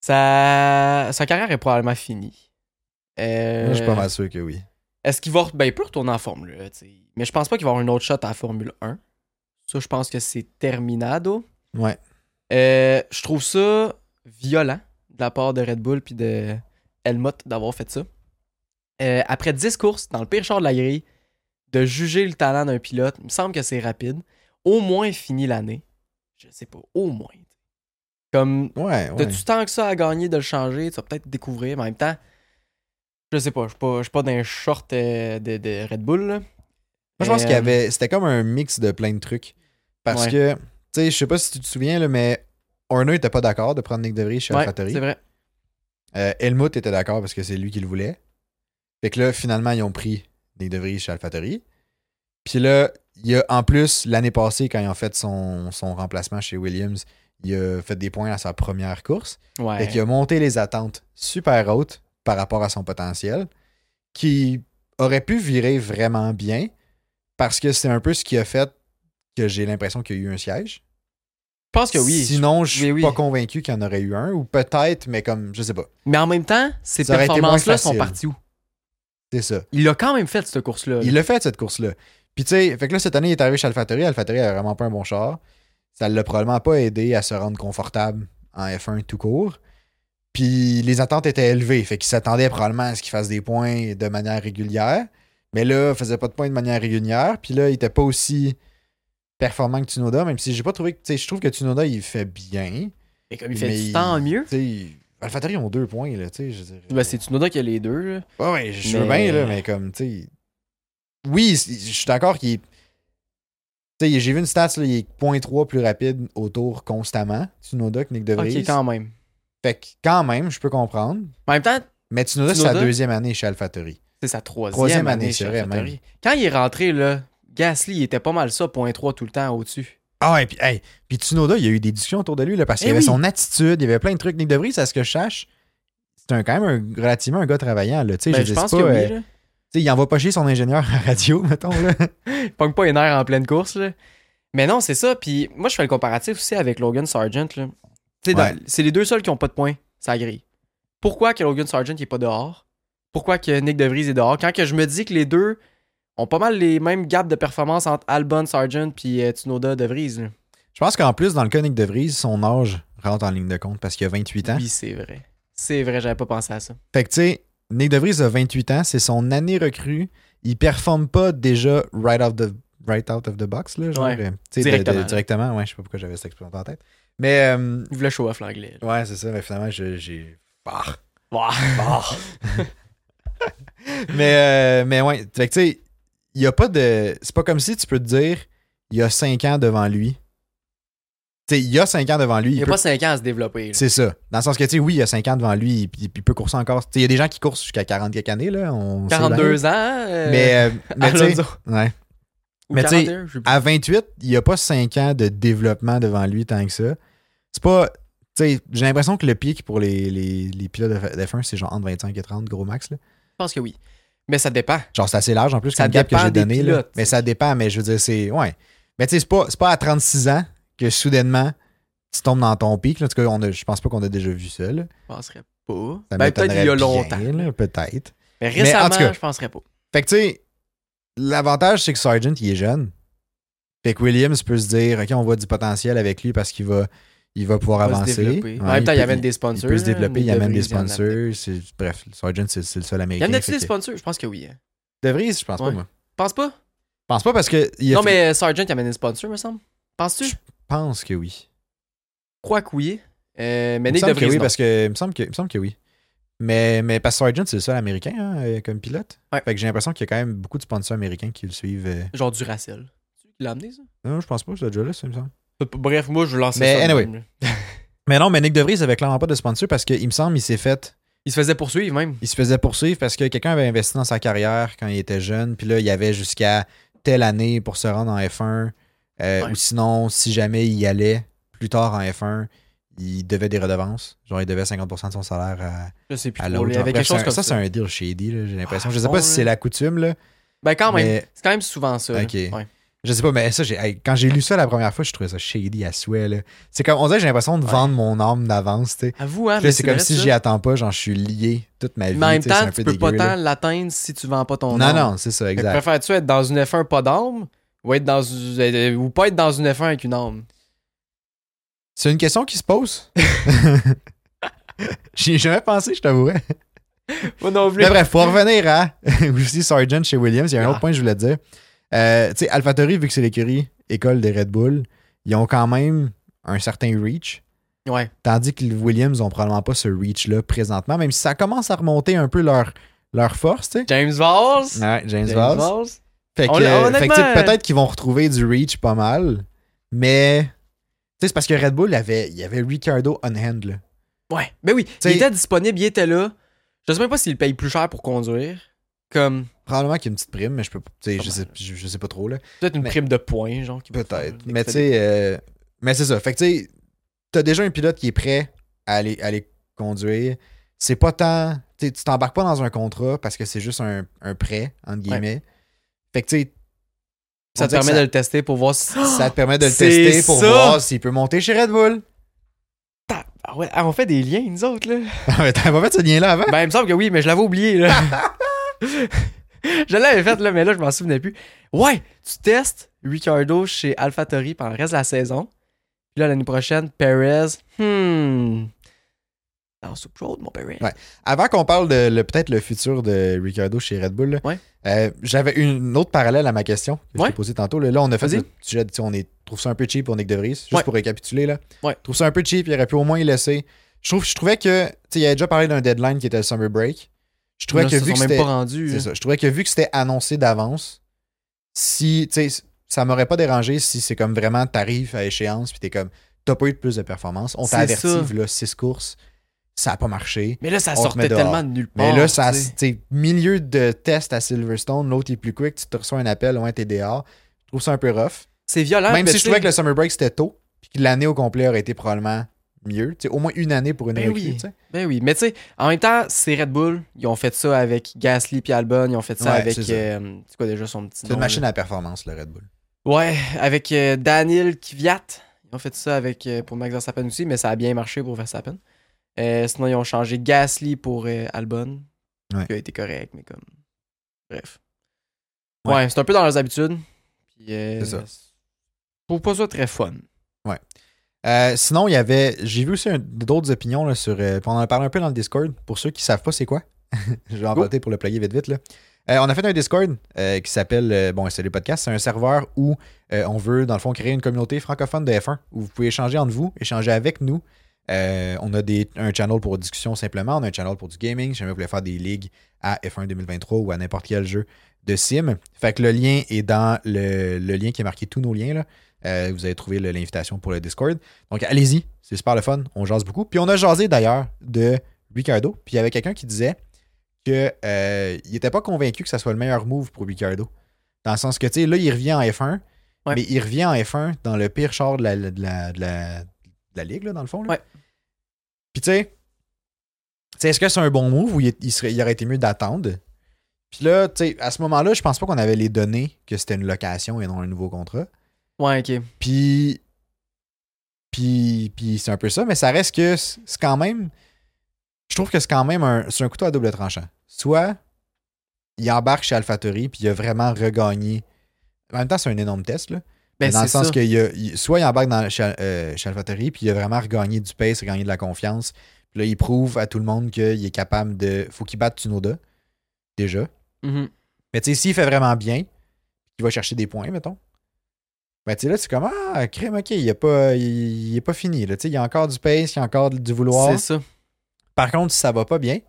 Speaker 1: Sa, sa carrière est probablement finie. Euh,
Speaker 3: Moi, je suis pas mal sûr que oui.
Speaker 1: Est-ce qu'il va. re- Ben, il peut retourner en Formule 1. Mais je pense pas qu'il va avoir un autre shot à la Formule 1. Ça, je pense que c'est terminado.
Speaker 3: Ouais.
Speaker 1: Euh, je trouve ça violent de la part de Red Bull puis de Helmut d'avoir fait ça. Euh, après 10 courses, dans le pire char de la grille, de juger le talent d'un pilote, il me semble que c'est rapide. Au moins fini l'année. Je sais pas, au moins. Comme,
Speaker 3: Ouais, ouais.
Speaker 1: t'as-tu tant que ça à gagner de le changer? Tu vas peut-être découvrir, mais en même temps, je sais pas, je suis pas, je suis pas dans un short euh, de, de Red Bull. là.
Speaker 3: Moi, je pense
Speaker 1: Euh,
Speaker 3: qu'il y avait. C'était comme un mix de plein de trucs. Parce
Speaker 1: Ouais.
Speaker 3: que, tu sais, je sais pas si tu te souviens, là, mais Horner était pas d'accord de prendre Nick DeVries chez
Speaker 1: Ouais,
Speaker 3: AlphaTauri.
Speaker 1: c'est vrai.
Speaker 3: Euh, Helmut était d'accord parce que c'est lui qui le voulait. Fait que là, finalement, ils ont pris Nick DeVries chez AlphaTauri. Puis là, il y a, en plus, l'année passée, quand ils ont fait son, son remplacement chez Williams, il a fait des points à sa première course.
Speaker 1: Ouais.
Speaker 3: Fait qu'il a monté les attentes super hautes par rapport à son potentiel, qui aurait pu virer vraiment bien parce que c'est un peu ce qui a fait que j'ai l'impression qu'il y a eu un siège.
Speaker 1: Je pense que oui.
Speaker 3: Sinon, je suis
Speaker 1: oui, oui.
Speaker 3: pas convaincu qu'il y en aurait eu un, ou peut-être, mais comme, je sais pas.
Speaker 1: Mais en même temps, ces
Speaker 3: Ça aurait été moins
Speaker 1: performances-là sont
Speaker 3: facile.
Speaker 1: parties où?
Speaker 3: C'est ça.
Speaker 1: Il a quand même fait cette course-là.
Speaker 3: Il l'a fait, cette course-là. Puis tu sais, fait que là, cette année, il est arrivé chez AlphaTauri. AlphaTauri a vraiment pas un bon char. Ça l'a probablement pas aidé à se rendre confortable en F1 tout court. Puis les attentes étaient élevées. Fait qu'il s'attendait probablement à ce qu'il fasse des points de manière régulière. Mais là, il faisait pas de points de manière régulière. Puis là, il était pas aussi performant que Tsunoda, même si j'ai pas trouvé que. tu sais, Je trouve que Tsunoda, il fait bien.
Speaker 1: Mais comme il fait
Speaker 3: Mais
Speaker 1: du temps mieux.
Speaker 3: tu sais, AlphaTauri ont deux points, là, tu sais, je veux dire.
Speaker 1: Ben, c'est Tsunoda qui a les deux. là.
Speaker 3: Ouais, ouais, je veux
Speaker 1: Mais-
Speaker 3: bien, là, mais comme, tu sais. Oui, c- je suis d'accord qu'il est. Tu sais, j'ai vu une stats, là, il est 0.3 plus rapide au tour constamment. Tsunoda que Nick De Vries.
Speaker 1: Ok, quand même.
Speaker 3: Fait que quand même, je peux comprendre.
Speaker 1: En même temps,
Speaker 3: Mais Tsunoda, c'est sa
Speaker 1: Tsunoda?
Speaker 3: deuxième année chez AlphaTauri.
Speaker 1: c'est sa troisième,
Speaker 3: Troisième
Speaker 1: année,
Speaker 3: année,
Speaker 1: chez
Speaker 3: c'est vrai,
Speaker 1: AlphaTauri.
Speaker 3: même.
Speaker 1: Quand il est rentré, là, Gasly, il était pas mal ça, point 3 tout le temps au-dessus.
Speaker 3: Ah, ouais, puis, hey, puis Tsunoda, il y a eu des discussions autour de lui, là, parce qu'il
Speaker 1: Eh
Speaker 3: avait
Speaker 1: oui.
Speaker 3: son attitude, il y avait plein de trucs. Nick De Vries, à ce que je sache, c'est un, quand même un, relativement un gars travaillant, là, tu sais.
Speaker 1: Ben,
Speaker 3: je
Speaker 1: je
Speaker 3: dis, c'est
Speaker 1: pense
Speaker 3: pas,
Speaker 1: que
Speaker 3: euh,
Speaker 1: oui. là.
Speaker 3: Tu sais, il envoie pas chier son ingénieur à la radio, mettons, là.
Speaker 1: Il pogne pas une heure en pleine course. Là. Mais non, c'est ça. Puis moi, je fais le comparatif aussi avec Logan Sargent. là. Tu sais, dans-
Speaker 3: Ouais.
Speaker 1: C'est les deux seuls qui ont pas de points, ça grille. Pourquoi que Logan Sargent il est pas dehors Pourquoi que Nick DeVries est dehors Quand que je me dis que les deux ont pas mal les mêmes gaps de performance entre Albon Sargent puis euh, Tsunoda DeVries. là.
Speaker 3: Je pense qu'en plus, dans le cas de Nick De Vries, son âge rentre en ligne de compte parce qu'il a 28 ans.
Speaker 1: Oui, c'est vrai. C'est vrai, j'avais pas pensé à ça.
Speaker 3: Fait que, tu sais, Nick De Vries a 28 ans, c'est son année recrue. Il performe pas déjà right out, the, right out of the box, là, genre.
Speaker 1: Ouais.
Speaker 3: euh, tu sais, de- de-
Speaker 1: Directement.
Speaker 3: directement, ouais, je sais pas pourquoi j'avais cette expression en tête. Mais, euh,
Speaker 1: Il voulait show off l'anglais. là.
Speaker 3: ouais, c'est ça, mais finalement, je- j'ai. Ah,
Speaker 1: Ouah.
Speaker 3: ah. mais, euh, mais ouais, fait que, tu sais, il y a pas de. C'est pas comme si tu peux te dire, il y a 5 ans devant lui. Tu sais, il y a 5 ans devant lui.
Speaker 1: Il y a
Speaker 3: peut
Speaker 1: pas 5 ans à se développer. là.
Speaker 3: C'est ça. Dans le sens que, tu sais, oui, il y a 50 devant lui, il, il- il peut courser encore. Tu sais, Il y a des gens qui coursent jusqu'à 40 quelques années, là. On sait bien.
Speaker 1: 42 ans. euh,
Speaker 3: Mais, euh, mais tu sais,
Speaker 1: Alonso.
Speaker 3: ouais.
Speaker 1: Ou
Speaker 3: mais tu sais,
Speaker 1: 41, je sais plus.
Speaker 3: à 28, il n'y a pas 5 ans de développement devant lui tant que ça. C'est pas. Tu sais, j'ai l'impression que le pic pour les, les, les pilotes de F1, c'est genre entre 25 et 30, gros max. Là.
Speaker 1: Je pense que oui. Mais ça dépend.
Speaker 3: Genre, c'est assez large en plus,
Speaker 1: Ça
Speaker 3: comme gap que
Speaker 1: dépend
Speaker 3: j'ai
Speaker 1: des
Speaker 3: donné. là.
Speaker 1: pilotes,
Speaker 3: Mais
Speaker 1: t'sais.
Speaker 3: ça dépend, mais je veux dire, c'est. Ouais. Mais tu sais, c'est pas, c'est pas à 36 ans que soudainement, tu tombes dans ton pic. là. En tout cas, on a- je pense pas qu'on a déjà vu ça. là.
Speaker 1: Je penserais pas.
Speaker 3: Ça
Speaker 1: Ben, peut-être il y a
Speaker 3: m'étonnerait
Speaker 1: longtemps.
Speaker 3: bien, là, Peut-être.
Speaker 1: Mais
Speaker 3: Mais en
Speaker 1: récemment,
Speaker 3: tout cas-
Speaker 1: je penserais pas.
Speaker 3: Fait que, tu sais, l'avantage, c'est que Sargent, il est jeune. Fait que Williams peut se dire, OK, on voit du potentiel avec lui parce qu'il va, il va pouvoir
Speaker 1: Il va se
Speaker 3: avancer.
Speaker 1: développer. en
Speaker 3: Ouais,
Speaker 1: même temps, il,
Speaker 3: peut-
Speaker 1: amène des
Speaker 3: Il
Speaker 1: sponsors.
Speaker 3: peut se
Speaker 1: là,
Speaker 3: développer,
Speaker 1: Nick
Speaker 3: il amène
Speaker 1: DeVries,
Speaker 3: des
Speaker 1: il y en a.
Speaker 3: sponsors. c'est- Bref, Sargent, c'est c'est le seul
Speaker 1: Il y
Speaker 3: américain.
Speaker 1: en a-tu
Speaker 3: fait
Speaker 1: des
Speaker 3: que-
Speaker 1: sponsors Je pense que oui. hein.
Speaker 3: De Vries, je pense
Speaker 1: Ouais.
Speaker 3: pas, moi.
Speaker 1: Je pense pas.
Speaker 3: Je pense pas parce que. il a
Speaker 1: Non,
Speaker 3: fait-
Speaker 1: mais Sargent, il amène des sponsors, me semble. Penses-tu
Speaker 3: Je pense que oui.
Speaker 1: Je crois que oui. Euh,
Speaker 3: Il
Speaker 1: mais
Speaker 3: me
Speaker 1: Nick
Speaker 3: semble que
Speaker 1: DeVries,
Speaker 3: oui,
Speaker 1: non.
Speaker 3: parce que. Il me semble que, il me semble que oui. Mais, mais parce que Sargent, c'est le seul américain hein, euh, comme pilote.
Speaker 1: Ouais.
Speaker 3: Fait que j'ai l'impression qu'il y a quand même beaucoup de sponsors américains qui le suivent. euh.
Speaker 1: Genre du Racel. Tu l'as amené, ça
Speaker 3: Non, je pense pas, c'est déjà là, ça, il me semble.
Speaker 1: Bref, moi, je lançais
Speaker 3: Mais
Speaker 1: ça. de
Speaker 3: anyway.
Speaker 1: même, là.
Speaker 3: Mais non, mais Nick DeVries avait clairement pas de sponsor parce qu'il me semble il s'est fait.
Speaker 1: Il se faisait poursuivre, même.
Speaker 3: Il se faisait poursuivre parce que quelqu'un avait investi dans sa carrière quand il était jeune. Puis là, il y avait jusqu'à telle année pour se rendre en F1. Euh,
Speaker 1: Ouais.
Speaker 3: Ou sinon, si jamais il y allait plus tard en F1, il devait des redevances. Genre, il devait 50% de son salaire à-
Speaker 1: Je sais plus.
Speaker 3: à,
Speaker 1: trop,
Speaker 3: l'autre.
Speaker 1: là,
Speaker 3: Genre,
Speaker 1: avec quelque
Speaker 3: bref,
Speaker 1: chose
Speaker 3: c'est un-
Speaker 1: comme ça.
Speaker 3: c'est un deal shady, là, j'ai l'impression.
Speaker 1: Ah,
Speaker 3: je sais
Speaker 1: fond,
Speaker 3: pas si
Speaker 1: là.
Speaker 3: c'est la coutume, là.
Speaker 1: Ben, quand même.
Speaker 3: mais-
Speaker 1: C'est quand même souvent ça. là.
Speaker 3: Ok.
Speaker 1: Ouais.
Speaker 3: Je sais pas, mais ça, j'ai- hey, quand j'ai lu ça la première fois, je trouvais ça shady à souhait, là. C'est comme, on dirait que j'ai l'impression de
Speaker 1: Ouais.
Speaker 3: vendre mon âme d'avance, tu sais.
Speaker 1: Avoue, hein.
Speaker 3: Puis
Speaker 1: mais
Speaker 3: là, c'est comme
Speaker 1: vrai,
Speaker 3: si
Speaker 1: ça.
Speaker 3: j'y attends pas, genre je suis lié toute ma vie.
Speaker 1: Mais en même
Speaker 3: tu sais, c'est
Speaker 1: temps,
Speaker 3: un
Speaker 1: tu
Speaker 3: peu
Speaker 1: peux pas
Speaker 3: dégueu, là.
Speaker 1: tant l'atteindre si tu vends pas ton
Speaker 3: Non,
Speaker 1: âme.
Speaker 3: non, c'est ça,
Speaker 1: Fait que
Speaker 3: exact.
Speaker 1: Préfères-tu être dans une F1 pas d'armes ou, être dans, euh, ou pas être dans une F1 avec une arme?
Speaker 3: C'est une question qui se pose. J'y ai jamais pensé, je t'avouerais.
Speaker 1: Moi non plus.
Speaker 3: Mais bref, pour revenir à aussi Sargent chez Williams, il y a un
Speaker 1: Ah.
Speaker 3: autre point que je voulais te dire. Euh, tu sais, AlphaTauri, vu que c'est l'écurie école des Red Bull, ils ont quand même un certain reach.
Speaker 1: Ouais.
Speaker 3: Tandis que les Williams ont probablement pas ce reach-là présentement, même si ça commence à remonter un peu leur, leur force, tu sais.
Speaker 1: James Valls.
Speaker 3: Ouais, James, Valls.
Speaker 1: Valls.
Speaker 3: Fait que,
Speaker 1: On l'a-
Speaker 3: euh, fait que, tu sais,
Speaker 1: honnêtement-
Speaker 3: peut-être qu'ils vont retrouver du reach pas mal, mais tu sais, c'est parce que Red Bull avait, il y avait Ricardo on hand là.
Speaker 1: Ouais. Ben oui,
Speaker 3: T'sais-
Speaker 1: il était disponible, il était là. Je sais même pas s'il paye plus cher pour conduire. Comme
Speaker 3: Probablement qu'il y a une petite prime, mais je peux pas- tu sais,
Speaker 1: Pas
Speaker 3: je sais, je, je sais pas trop là.
Speaker 1: peut-être une
Speaker 3: Mais-
Speaker 1: prime de points, genre. qui va te faire
Speaker 3: Peut-être. Mais tu
Speaker 1: excéder.
Speaker 3: sais, euh, mais c'est ça. Fait que tu sais, t'as déjà un pilote qui est prêt à aller, à aller conduire. C'est pas tant, tu sais, tu t'embarques pas dans un contrat parce que c'est juste un, un prêt entre guillemets. Fait que tu sais,
Speaker 1: Ça te
Speaker 3: on dirait
Speaker 1: permet
Speaker 3: que Ah!
Speaker 1: de le tester pour voir si.
Speaker 3: ça, ça te permet de le
Speaker 1: C'est
Speaker 3: tester pour
Speaker 1: ça!
Speaker 3: voir s'il peut monter chez Red Bull.
Speaker 1: Ah ouais, ah, on fait des liens, nous autres, là.
Speaker 3: T'avais pas fait ce lien là avant?
Speaker 1: Ben, il me semble que oui, mais je l'avais oublié, là. je l'avais fait, là, mais là, je m'en souvenais plus. Ouais, tu testes Ricardo chez AlphaTauri pendant le reste de la saison. Puis là, l'année prochaine, Perez. Hmm. Dans la soupe chaude, mon père.
Speaker 3: Ouais. Avant qu'on parle de le- peut-être le futur de Ricardo chez Red Bull, là,
Speaker 1: Ouais.
Speaker 3: euh, j'avais une une autre parallèle à ma question que
Speaker 1: Ouais.
Speaker 3: je t'ai posée tantôt. Là, Là, on a fait
Speaker 1: Vas-y.
Speaker 3: le sujet, de- tu sais, on est, trouve ça un peu cheap pour Nick De Vries, juste
Speaker 1: Ouais.
Speaker 3: pour récapituler. Là.
Speaker 1: Ouais.
Speaker 3: Je trouve ça un peu cheap, il aurait pu au moins y laisser. Je, trouve, je trouvais que, tu sais, il avait déjà parlé d'un deadline qui était le summer break. Je trouvais
Speaker 1: Là,
Speaker 3: que
Speaker 1: ils se
Speaker 3: vu que
Speaker 1: sont même
Speaker 3: c'était
Speaker 1: pas rendus.
Speaker 3: c'est
Speaker 1: hein.
Speaker 3: ça. Je trouvais que vu que c'était annoncé d'avance, si, tu sais, ça m'aurait pas dérangé si c'est comme vraiment t'arrives à échéance puis t'es comme, t'as pas eu de plus de performance. On t'a
Speaker 1: C'est
Speaker 3: averti,
Speaker 1: ça.
Speaker 3: là, six courses, ça a pas marché.
Speaker 1: Mais là, ça
Speaker 3: On te
Speaker 1: sortait
Speaker 3: met dehors.
Speaker 1: tellement de nulle part.
Speaker 3: Mais là, ça,
Speaker 1: Ah, tu sais.
Speaker 3: tu sais, milieu de test à Silverstone, l'autre est plus quick, tu te reçois un appel, ouais, t'es dehors. Je trouve ça un peu rough.
Speaker 1: C'est violent.
Speaker 3: Même
Speaker 1: Ah, mais
Speaker 3: si
Speaker 1: tu
Speaker 3: je
Speaker 1: sais-
Speaker 3: trouvais que le summer break c'était tôt, puis que l'année au complet aurait été probablement mieux. Tu sais, au moins une année pour une
Speaker 1: Ben
Speaker 3: recrue,
Speaker 1: oui.
Speaker 3: tu sais.
Speaker 1: Ben oui, mais tu sais, en même temps, c'est Red Bull. Ils ont fait ça avec Gasly puis Albon. Ils ont fait ça
Speaker 3: Ouais,
Speaker 1: avec.
Speaker 3: c'est ça.
Speaker 1: euh, C'est quoi déjà son petit
Speaker 3: C'est
Speaker 1: nom,
Speaker 3: une
Speaker 1: là?
Speaker 3: machine à performance, le Red Bull.
Speaker 1: Ouais, avec euh, Daniel Kvyat. Ils ont fait ça avec, euh, pour Max Verstappen aussi, mais ça a bien marché pour Verstappen. Euh, sinon, ils ont changé Gasly pour euh, Albon,
Speaker 3: Ouais.
Speaker 1: qui a été correct, mais comme. Bref. Ouais,
Speaker 3: Ouais.
Speaker 1: c'est un peu dans leurs habitudes. Puis, euh,
Speaker 3: C'est ça.
Speaker 1: Je trouve pas ça très fun.
Speaker 3: Euh, sinon, il y avait. J'ai vu aussi un- d'autres opinions là, sur. euh, puis on en a parlé un peu dans le Discord. Pour ceux qui savent pas c'est quoi, je vais en
Speaker 1: Go.
Speaker 3: voter pour le plugger vite vite. Là. Euh, on a fait un Discord euh, qui s'appelle. euh, bon, c'est les podcasts. C'est un serveur où euh, on veut, dans le fond, créer une communauté francophone de F1 où vous pouvez échanger entre vous, échanger avec nous. Euh, on a des, un channel pour discussion simplement. On a un channel pour du gaming. Si jamais vous voulez faire des ligues à F1 2023 ou à n'importe quel jeu de sim. Fait que le lien est dans le, le lien qui est marqué tous nos liens. Là. Euh, vous allez trouver le- l'invitation pour le Discord. Donc allez-y, c'est super le fun, on jase beaucoup. Puis on a jasé d'ailleurs de Ricardo. Puis il y avait quelqu'un qui disait que euh, il n'était pas convaincu que ça soit le meilleur move pour Ricardo. Dans le sens que, tu sais, là, il revient en F1,
Speaker 1: Ouais.
Speaker 3: mais il revient en F1 dans le pire char de la, de la, de la- de la ligue, là, dans le fond. là.
Speaker 1: Ouais.
Speaker 3: Puis tu sais, tu sais, est-ce que c'est un bon move ou il, est- il serait, il aurait été mieux d'attendre? Puis là, tu sais, à ce moment-là, je pense pas qu'on avait les données que c'était une location et non un nouveau contrat.
Speaker 1: Ouais, ok. Ben,
Speaker 3: Puis, puis, puis c'est un peu ça, mais ça reste que c'est c'est quand même. Je trouve que c'est quand même un, c'est un couteau à double tranchant. Soit il embarque chez AlphaTauri, puis il a vraiment regagné. En même temps, c'est un énorme test, là.
Speaker 1: Ben,
Speaker 3: Mais dans le
Speaker 1: c'est ça.
Speaker 3: sens que il a- il- soit il embarque dans, chez, euh, chez AlphaTauri, puis il a vraiment regagné du pace, regagné de la confiance. Puis là, il prouve à tout le monde qu'il est capable de. Faut qu'il batte Tsunoda, déjà.
Speaker 1: Mhm.
Speaker 3: Mais tu sais, s'il fait vraiment bien, il va chercher des points, mettons. Ben tu sais, là, c'est comme Ah, crème, ok, il n'est pas, il, il est pas fini. Là, Tu sais, il y a encore du pace, il y a encore du vouloir.
Speaker 1: C'est ça.
Speaker 3: Par contre, si ça va pas bien,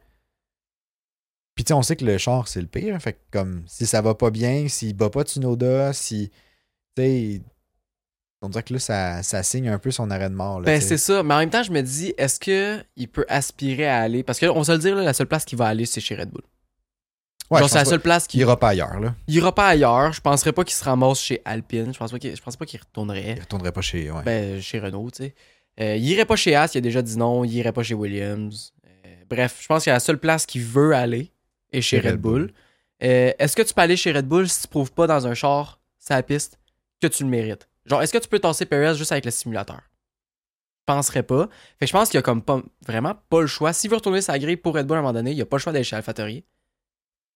Speaker 3: puis tu sais, on sait que le char, c'est le pire. hein, fait que comme si ça va pas bien, s'il bat pas Tsunoda, si. Tu sais. On dirait que là, ça, ça signe un peu son arrêt de mort. là,
Speaker 1: Ben,
Speaker 3: tu sais.
Speaker 1: c'est ça. Mais en même temps, je me dis, est-ce que il peut aspirer à aller Parce que, on va se le dire, là, la seule place qu'il va aller, c'est chez Red Bull.
Speaker 3: Ouais,
Speaker 1: Genre,
Speaker 3: je
Speaker 1: c'est la
Speaker 3: pense pas
Speaker 1: seule place
Speaker 3: qu'il
Speaker 1: qu'il
Speaker 3: ira pas ailleurs. Là.
Speaker 1: Il ira pas ailleurs. Je penserais pas qu'il se ramasse chez Alpine. Je pense pas qu'il, je pense pas qu'il
Speaker 3: Il
Speaker 1: retournerait
Speaker 3: retournerait pas chez. ouais.
Speaker 1: ben, chez Renault, tu sais. Euh, il irait pas chez As, il a déjà dit non. Il irait pas chez Williams. Euh, bref, je pense que la seule place qu'il veut aller est chez Red, Bull. Euh, est-ce que tu peux aller chez Red Bull si tu prouves pas dans un char, sa piste, que tu le mérites? Genre, est-ce que tu peux tasser Perez juste avec le simulateur? Je penserais pas. Fait que je pense qu'il a comme pas, vraiment pas le choix. S'il veut retourner sa grille pour Red Bull à un moment donné, il a pas le choix d'aller chez AlphaTauri.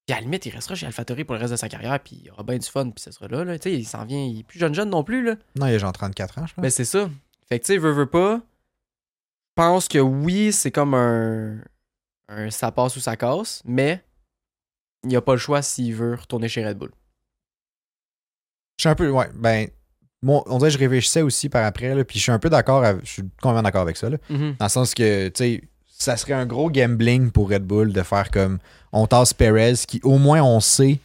Speaker 1: Puis à la limite, il restera chez AlphaTauri pour le reste de sa carrière, puis il aura bien du fun, puis ce sera là. là. Tu sais, il s'en vient, il est plus jeune jeune non plus, là.
Speaker 3: Non, il a genre 34 ans, je pense.
Speaker 1: Mais Ben, c'est ça. Fait que tu sais, veut, veut pas. Je pense que oui, c'est comme un, un ça passe ou ça casse, mais il n'y a pas le choix s'il veut retourner chez Red Bull.
Speaker 3: Je suis un peu, ouais, ben, mon- on dirait que je réfléchissais aussi par après, là, puis je suis un peu d'accord, avec- je suis complètement d'accord avec ça, là, dans le sens que, tu sais, ça serait un gros gambling pour Red Bull de faire comme on tasse Perez, qui au moins on sait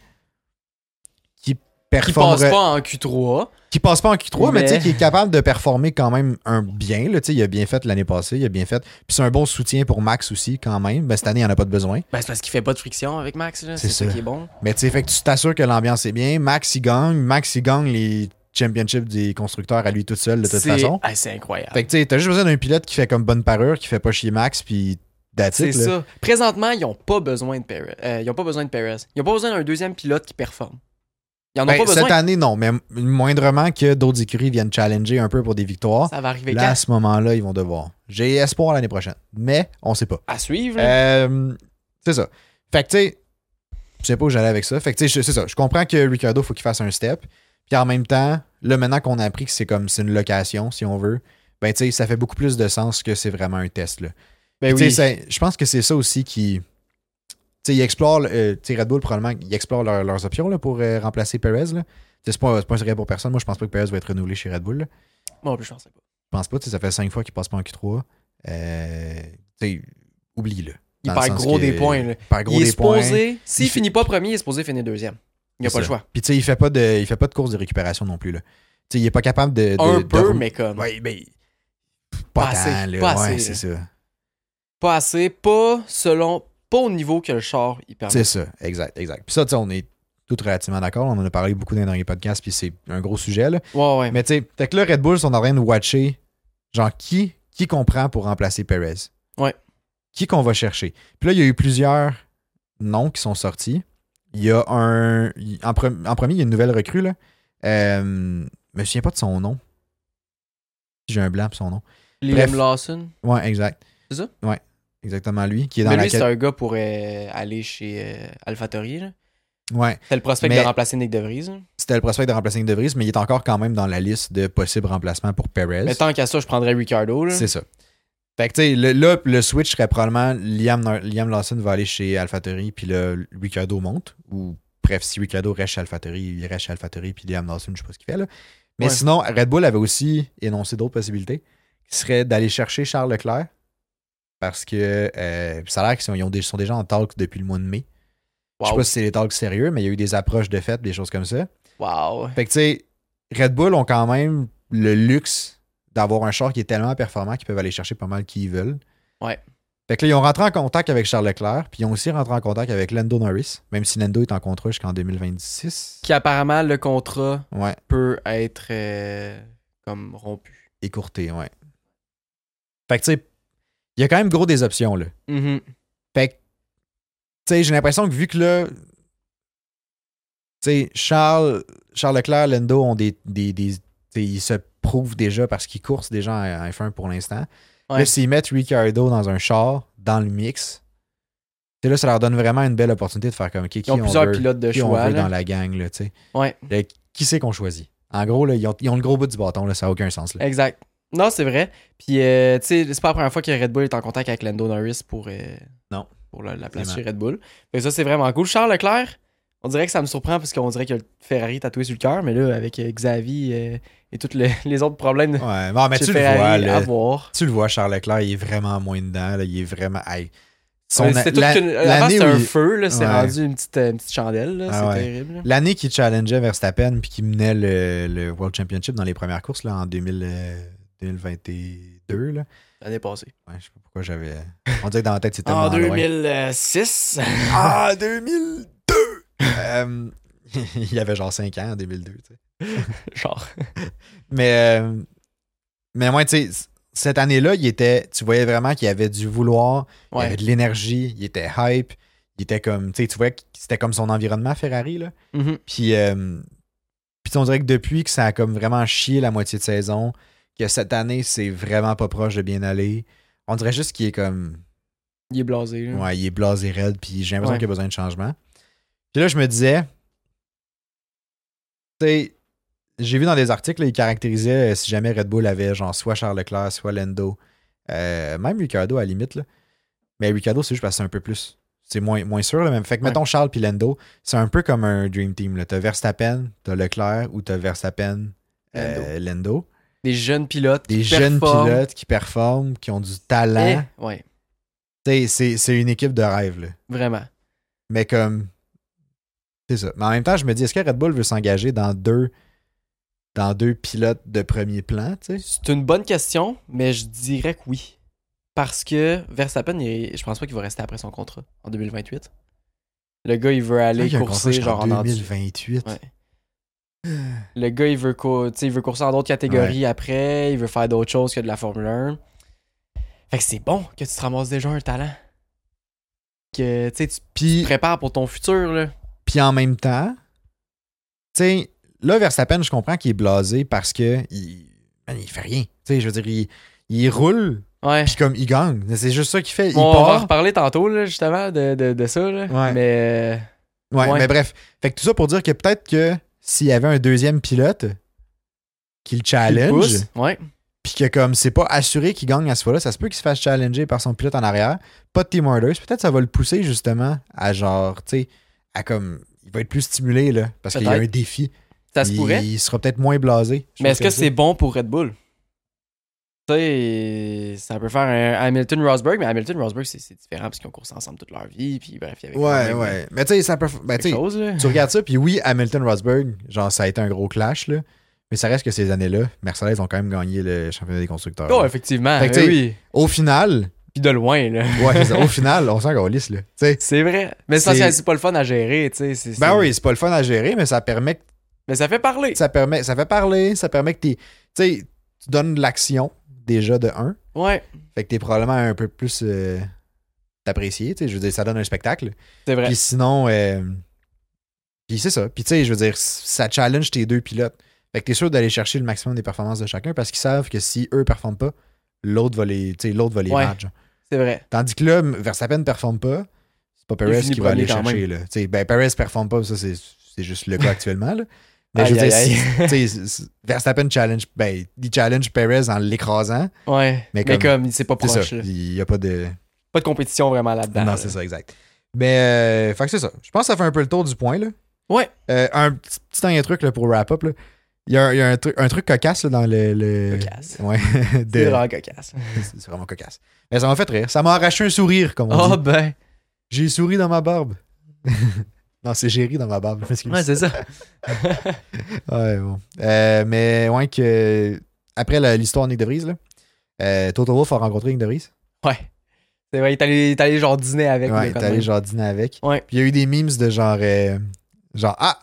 Speaker 3: qui
Speaker 1: Qui
Speaker 3: performe,
Speaker 1: passe pas en Q3.
Speaker 3: qui passe pas en Q3, mais,
Speaker 1: Mais-
Speaker 3: tu sais, qui est capable de performer quand même un bien, là, tu sais, il a bien fait l'année passée, il a bien fait, puis c'est un bon soutien pour Max aussi quand même, mais cette année il n'y en a pas de besoin.
Speaker 1: Ben, c'est parce qu'il fait pas de friction avec Max. là.
Speaker 3: C'est
Speaker 1: C'est ça.
Speaker 3: ça.
Speaker 1: qui est bon.
Speaker 3: Mais tu sais, fait que tu t'assures que l'ambiance est bien. Max, il gagne. Max, il gagne les championships des constructeurs à lui tout seul, de toute
Speaker 1: C'est-
Speaker 3: façon.
Speaker 1: Ah, c'est incroyable.
Speaker 3: Fait que tu sais, t'as juste besoin d'un pilote qui fait comme bonne parure, qui fait pas chier Max, puis that's
Speaker 1: c'est
Speaker 3: it, là.
Speaker 1: ça. Présentement, ils n'ont pas besoin de Perez. Euh, ils ont pas besoin de Perez. Ils n'ont pas besoin d'un deuxième pilote qui performe. Ils en ont
Speaker 3: Ben,
Speaker 1: pas besoin.
Speaker 3: cette année, non, mais m- moindrement que d'autres écuries viennent challenger un peu pour des victoires.
Speaker 1: Ça va arriver
Speaker 3: Là, à
Speaker 1: quand?
Speaker 3: ce moment-là, ils vont devoir. J'ai espoir l'année prochaine, mais on sait pas.
Speaker 1: À suivre. là.
Speaker 3: Euh, c'est ça. Fait que, tu sais, je sais pas où j'allais avec ça. Fait que, tu sais, je- c'est ça. Je comprends que Ricardo, faut qu'il fasse un step. Puis en même temps, là, maintenant qu'on a appris que c'est comme c'est une location, si on veut, ben, tu sais, ça fait beaucoup plus de sens que c'est vraiment un test, là.
Speaker 1: Ben
Speaker 3: Puis, tu
Speaker 1: oui.
Speaker 3: sais, c'est- Je pense que c'est ça aussi qui. Tu sais, ils explorent. euh, tu sais, Red Bull, probablement, ils explorent leur- leurs options là, pour euh, remplacer Perez. là. Tu sais, C'est pas, c'est pas un secret pour personne. Moi, je pense pas que Perez va être renouvelé chez Red Bull. là.
Speaker 1: Moi, en plus, je pensais pas.
Speaker 3: Je pense pas. tu sais, Ça fait cinq fois qu'il passe pas en Q3. Euh, tu sais, oublie-le.
Speaker 1: Il
Speaker 3: Dans le
Speaker 1: perd
Speaker 3: sens
Speaker 1: gros
Speaker 3: que-
Speaker 1: des points. là.
Speaker 3: Il perd gros
Speaker 1: il est
Speaker 3: des points.
Speaker 1: supposé, s'il
Speaker 3: Il fait-
Speaker 1: finit pas premier, il est supposé finir deuxième. Il n'y a
Speaker 3: C'est
Speaker 1: pas le
Speaker 3: ça.
Speaker 1: choix.
Speaker 3: Puis, tu sais, il fait pas de, il fait pas de course de récupération non plus. Là. Tu sais, il est pas capable de. de-
Speaker 1: Un
Speaker 3: de
Speaker 1: peu,
Speaker 3: rou-
Speaker 1: mais comme.
Speaker 3: Ouais, ben,
Speaker 1: Pas
Speaker 3: Pas,
Speaker 1: assez,
Speaker 3: tant, là.
Speaker 1: pas
Speaker 3: Ouais,
Speaker 1: assez,
Speaker 3: c'est ça.
Speaker 1: Pas assez, pas selon, pas au niveau que le char il permet.
Speaker 3: C'est ça, exact, exact. Puis ça, tu sais, on est tout relativement d'accord. On en a parlé beaucoup dans les derniers podcasts, puis c'est un gros sujet, là.
Speaker 1: Ouais, ouais.
Speaker 3: Mais tu sais, fait que là, Red Bull sont en train de watcher, genre, qui, qui qu'on prend pour remplacer Perez?
Speaker 1: Ouais.
Speaker 3: Qui qu'on va chercher? Puis là, il y a eu plusieurs noms qui sont sortis. Il y a un. il- En, pre- en premier, il y a une nouvelle recrue, là. Euh, je me souviens pas de son nom. J'ai un blanc pour son nom.
Speaker 1: Liam
Speaker 3: bref.
Speaker 1: Lawson.
Speaker 3: Ouais, exact.
Speaker 1: C'est ça?
Speaker 3: Ouais, exactement lui, qui est dans
Speaker 1: Mais
Speaker 3: la
Speaker 1: lui, c'est
Speaker 3: quête-
Speaker 1: un gars pour euh, aller chez euh, AlphaTauri. là.
Speaker 3: Ouais.
Speaker 1: C'était le prospect
Speaker 3: Mais-
Speaker 1: de remplacer Nick DeVries. là.
Speaker 3: C'était le prospect de remplacer Nick De Vries, mais il est encore quand même dans la liste de possibles remplacements pour Perez.
Speaker 1: Mais tant qu'à ça, je prendrais Ricardo. là.
Speaker 3: C'est ça. Fait que, tu sais, le- là, le switch serait probablement Liam, Nar- Liam Lawson va aller chez AlphaTauri, puis là, Ricardo monte. Ou, bref, si Ricardo reste chez AlphaTauri, il reste chez AlphaTauri, puis Liam Lawson, je sais pas ce qu'il fait, là. Mais
Speaker 1: Ouais.
Speaker 3: sinon, Red Bull avait aussi énoncé d'autres possibilités, qui serait d'aller chercher Charles Leclerc, parce que euh, ça a l'air qu'ils sont, ils ont des- sont déjà en talk depuis le mois de mai. Je sais
Speaker 1: Wow.
Speaker 3: pas si c'est des talks sérieux, mais il y a eu des approches de fait, des choses comme ça.
Speaker 1: Wow.
Speaker 3: Fait que tu sais, Red Bull ont quand même le luxe d'avoir un char qui est tellement performant qu'ils peuvent aller chercher pas mal qui ils veulent.
Speaker 1: Ouais.
Speaker 3: Fait que là, ils ont rentré en contact avec Charles Leclerc, puis ils ont aussi rentré en contact avec Lando Norris, même si Lando est en contrat jusqu'en 2026.
Speaker 1: Qui apparemment, le contrat
Speaker 3: Ouais,
Speaker 1: peut être euh, comme rompu.
Speaker 3: écourté, ouais. Fait que tu sais, il y a quand même gros des options, là.
Speaker 1: Mhm.
Speaker 3: Fait que, tu sais, j'ai l'impression que vu que là, tu sais, Charles, Charles Leclerc, Lando ont des. des, des- tu sais, ils se prouvent déjà parce qu'ils coursent déjà en en F1 pour l'instant.
Speaker 1: Ouais.
Speaker 3: Là, s'ils mettent Ricardo dans un char, dans le mix, tu sais, là, ça leur donne vraiment une belle opportunité de faire comme. OK, qui
Speaker 1: Ils ont
Speaker 3: on
Speaker 1: plusieurs
Speaker 3: veut-
Speaker 1: pilotes de
Speaker 3: qui on
Speaker 1: choix.
Speaker 3: veut
Speaker 1: là.
Speaker 3: dans la gang, là, tu sais.
Speaker 1: Ouais.
Speaker 3: Là, qui c'est qu'on choisit? En gros, là, ils ont, ils ont le gros bout du bâton, là, ça n'a aucun sens. Là.
Speaker 1: Exact. Non, c'est vrai. Puis, euh, tu sais, c'est pas la première fois que Red Bull est en contact avec Lando Norris pour, euh,
Speaker 3: Non.
Speaker 1: pour la, la
Speaker 3: Absolument.
Speaker 1: place chez Red Bull. Fait que ça, c'est vraiment cool. Charles Leclerc, on dirait que ça me surprend parce qu'on dirait que le Ferrari tatoué sur le cœur, mais là, avec euh, Xavi euh, et tous les, les autres problèmes
Speaker 3: Ouais, bon, mais
Speaker 1: chez
Speaker 3: tu le
Speaker 1: Ferrari
Speaker 3: vois, là.
Speaker 1: à voir.
Speaker 3: Tu le vois, Charles Leclerc, il est vraiment moins dedans. là, il est vraiment. hey, son-
Speaker 1: Ouais, C'était tout
Speaker 3: la-
Speaker 1: qu'une- avant,
Speaker 3: L'année
Speaker 1: c'était
Speaker 3: où
Speaker 1: un
Speaker 3: il-
Speaker 1: feu, là, c'est
Speaker 3: Ouais.
Speaker 1: rendu une petite, euh, une petite chandelle, là,
Speaker 3: Ah
Speaker 1: c'est
Speaker 3: ouais.
Speaker 1: terrible. là.
Speaker 3: l'année qu'il challengeait Verstappen puis qu'il menait le, le World Championship dans les premières courses là, en 2000, euh, 2022. Là.
Speaker 1: L'année passée.
Speaker 3: Ouais, je sais pas pourquoi j'avais. On dirait que dans la tête, c'était
Speaker 1: En
Speaker 3: tellement loin.
Speaker 1: 2006.
Speaker 3: Ah, 2002 Euh, Il y avait genre 5 ans en 2002. tu sais.
Speaker 1: Genre.
Speaker 3: Mais, euh, mais moi, tu sais, c- cette année-là, il était, tu voyais vraiment qu'il avait du vouloir, il
Speaker 1: Ouais.
Speaker 3: avait de l'énergie, il était hype, il était comme, tu sais, tu voyais que c'était comme son environnement Ferrari, là.
Speaker 1: Mhm.
Speaker 3: Puis, euh, puis on dirait que depuis que ça a comme vraiment chié la moitié de saison, que cette année, c'est vraiment pas proche de bien aller, on dirait juste qu'il est comme,
Speaker 1: Il est blasé. là.
Speaker 3: ouais, il est blasé raide, puis j'ai l'impression
Speaker 1: Mm. Ouais.
Speaker 3: qu'il a besoin de changement. Puis là, je me disais, tu sais, j'ai vu dans des articles, là, ils caractérisaient euh, si jamais Red Bull avait genre soit Charles Leclerc, soit Lando, euh, même Ricardo à la limite, là. Mais Ricardo, c'est juste parce que c'est un peu plus. C'est moins, moins sûr, là, même. Fait que
Speaker 1: Ouais.
Speaker 3: mettons Charles puis Lando, c'est un peu comme un Dream Team, là. T'as Verstappen, t'as Leclerc ou t'as Verstappen, euh, Lando.
Speaker 1: Des jeunes pilotes.
Speaker 3: Des
Speaker 1: qui
Speaker 3: jeunes
Speaker 1: performent.
Speaker 3: pilotes qui performent, qui ont du talent.
Speaker 1: Eh, ouais,
Speaker 3: Tu sais, c'est- c'est une équipe de rêve, là.
Speaker 1: vraiment.
Speaker 3: Mais comme. C'est ça. Mais en même temps, je me dis, est-ce que Red Bull veut s'engager dans deux. Dans deux pilotes de premier plan, tu sais?
Speaker 1: C'est une bonne question, mais je dirais que oui. Parce que Verstappen, il- je pense pas qu'il va rester après son contrat en 2028. Le gars, il veut aller
Speaker 3: Il y a un contrat
Speaker 1: courser
Speaker 3: jusqu'en
Speaker 1: genre en enduro.
Speaker 3: 2028.
Speaker 1: Ouais. Le gars, il veut, cou- tu sais, il veut courser en d'autres catégories après, il veut faire d'autres choses que de la Formule 1. Fait que c'est bon que tu te ramasses déjà un talent. Que tu sais, tu te
Speaker 3: Puis,
Speaker 1: prépares pour ton futur. Là.
Speaker 3: puis en même temps, tu sais, là, Verstappen, je comprends qu'il est blasé parce que il, man, il fait rien. Tu sais, je veux dire, il, il roule,
Speaker 1: Ouais.
Speaker 3: puis comme il gagne. C'est juste ça qu'il fait. Il
Speaker 1: on va en
Speaker 3: part.
Speaker 1: reparler tantôt, là, justement, de, de- de ça. là.
Speaker 3: Ouais.
Speaker 1: Mais. euh,
Speaker 3: Ouais,
Speaker 1: Ouais.
Speaker 3: mais bref. Fait que tout ça pour dire que peut-être que s'il y avait un deuxième pilote qui le
Speaker 1: euh, il
Speaker 3: challenge,
Speaker 1: pousse. Ouais.
Speaker 3: puis que comme c'est pas assuré qu'il gagne à ce fois-là, ça se peut qu'il se fasse challenger par son pilote en arrière, pas de team orders, peut-être ça va le pousser justement à genre, tu sais, à comme, il va être plus stimulé là, parce qu'il y a
Speaker 1: Peut-être.
Speaker 3: un défi.
Speaker 1: Ça se
Speaker 3: il,
Speaker 1: pourrait.
Speaker 3: Il sera peut-être moins blasé. Je
Speaker 1: Mais
Speaker 3: pense
Speaker 1: est-ce que
Speaker 3: ça.
Speaker 1: c'est bon pour Red Bull? Tu sais, ça peut faire un Hamilton-Rosberg, mais Hamilton-Rosberg, c'est c'est différent parce qu'ils ont couru ensemble toute leur vie. Puis bref, il y avait
Speaker 3: Ouais,
Speaker 1: quand même
Speaker 3: ouais. Mais tu sais, ça peut. Ben,
Speaker 1: quelque
Speaker 3: tu sais,
Speaker 1: chose. Là.
Speaker 3: tu regardes ça, puis oui, Hamilton Rosberg, genre, ça a été un gros clash, là. Mais ça reste que ces années-là, Mercedes ont quand même gagné le championnat des constructeurs.
Speaker 1: Oh,
Speaker 3: là.
Speaker 1: effectivement.
Speaker 3: Fait que
Speaker 1: eh
Speaker 3: tu sais-
Speaker 1: oui.
Speaker 3: Au final,
Speaker 1: Puis de loin, là.
Speaker 3: ouais, c'est ça, au final, on s'en calisse, là. Tu sais,
Speaker 1: C'est vrai. Mais c'est parce
Speaker 3: C'est-
Speaker 1: que c'est pas le fun à gérer, tu sais. c'est-
Speaker 3: ben
Speaker 1: c'est-
Speaker 3: oui, c'est pas le fun à gérer, mais ça permet que
Speaker 1: Mais ça fait parler.
Speaker 3: ça permet, ça fait parler, ça permet que t'es- tu sais, tu donnes de l'action déjà de 1.
Speaker 1: Ouais,
Speaker 3: Fait que t'es probablement un peu plus euh, apprécié, tu sais, je veux dire, ça donne un spectacle.
Speaker 1: c'est vrai.
Speaker 3: Puis sinon, euh, puis c'est ça. Puis tu sais, je veux dire, ça challenge tes deux pilotes. Fait que t'es sûr d'aller chercher le maximum des performances de chacun parce qu'ils savent que si eux performent pas, l'autre va les, tu sais, l'autre va les
Speaker 1: Ouais.
Speaker 3: match.
Speaker 1: C'est vrai.
Speaker 3: Tandis que là, Verstappen performe pas, c'est pas Perez
Speaker 1: finit
Speaker 3: qui va
Speaker 1: premier
Speaker 3: aller
Speaker 1: quand
Speaker 3: chercher. Là. Tu sais, Ben, Perez performe pas, ça c'est c'est juste le cas actuellement. là. Mais je veux
Speaker 1: Aïe,
Speaker 3: dire,
Speaker 1: aïe,
Speaker 3: si- tu sais, c'est- c'est- Verstappen challenge, ben, il challenge Perez en l'écrasant.
Speaker 1: Ouais. Mais
Speaker 3: Mais
Speaker 1: comme,
Speaker 3: comme-
Speaker 1: c'est pas
Speaker 3: C'est ça.
Speaker 1: proche. là.
Speaker 3: Il n'y a pas de.
Speaker 1: Pas de compétition vraiment là-dedans.
Speaker 3: non,
Speaker 1: là.
Speaker 3: c'est ça, exact. Mais, euh, fait que c'est ça. Je pense que ça fait un peu le tour du point. Là.
Speaker 1: Ouais.
Speaker 3: Euh, un petit, petit dernier truc là, pour wrap-up. là. Il y a, un- il y a un, truc, un truc cocasse là, dans le. le-
Speaker 1: Cocasse.
Speaker 3: Ouais.
Speaker 1: C'est
Speaker 3: de-
Speaker 1: vraiment cocasse.
Speaker 3: C'est vraiment cocasse. Mais ça m'a fait rire. Ça m'a arraché un sourire, comme on
Speaker 1: Oh,
Speaker 3: dit.
Speaker 1: ben.
Speaker 3: J'ai souri dans ma barbe. non, c'est j'ai ri dans ma barbe. je m'excuse.
Speaker 1: Ouais, c'est ça.
Speaker 3: Ouais, bon. Euh, mais ouais que après la- l'histoire de Nick DeVries, là, euh, Toto Wolff a rencontré Nick DeVries.
Speaker 1: Ouais. C'est vrai, il est allé- il est allé genre dîner avec.
Speaker 3: Ouais,
Speaker 1: là,
Speaker 3: il
Speaker 1: quand
Speaker 3: est allé
Speaker 1: même.
Speaker 3: genre dîner avec.
Speaker 1: Ouais.
Speaker 3: Puis il y a eu des memes de genre euh, genre ah,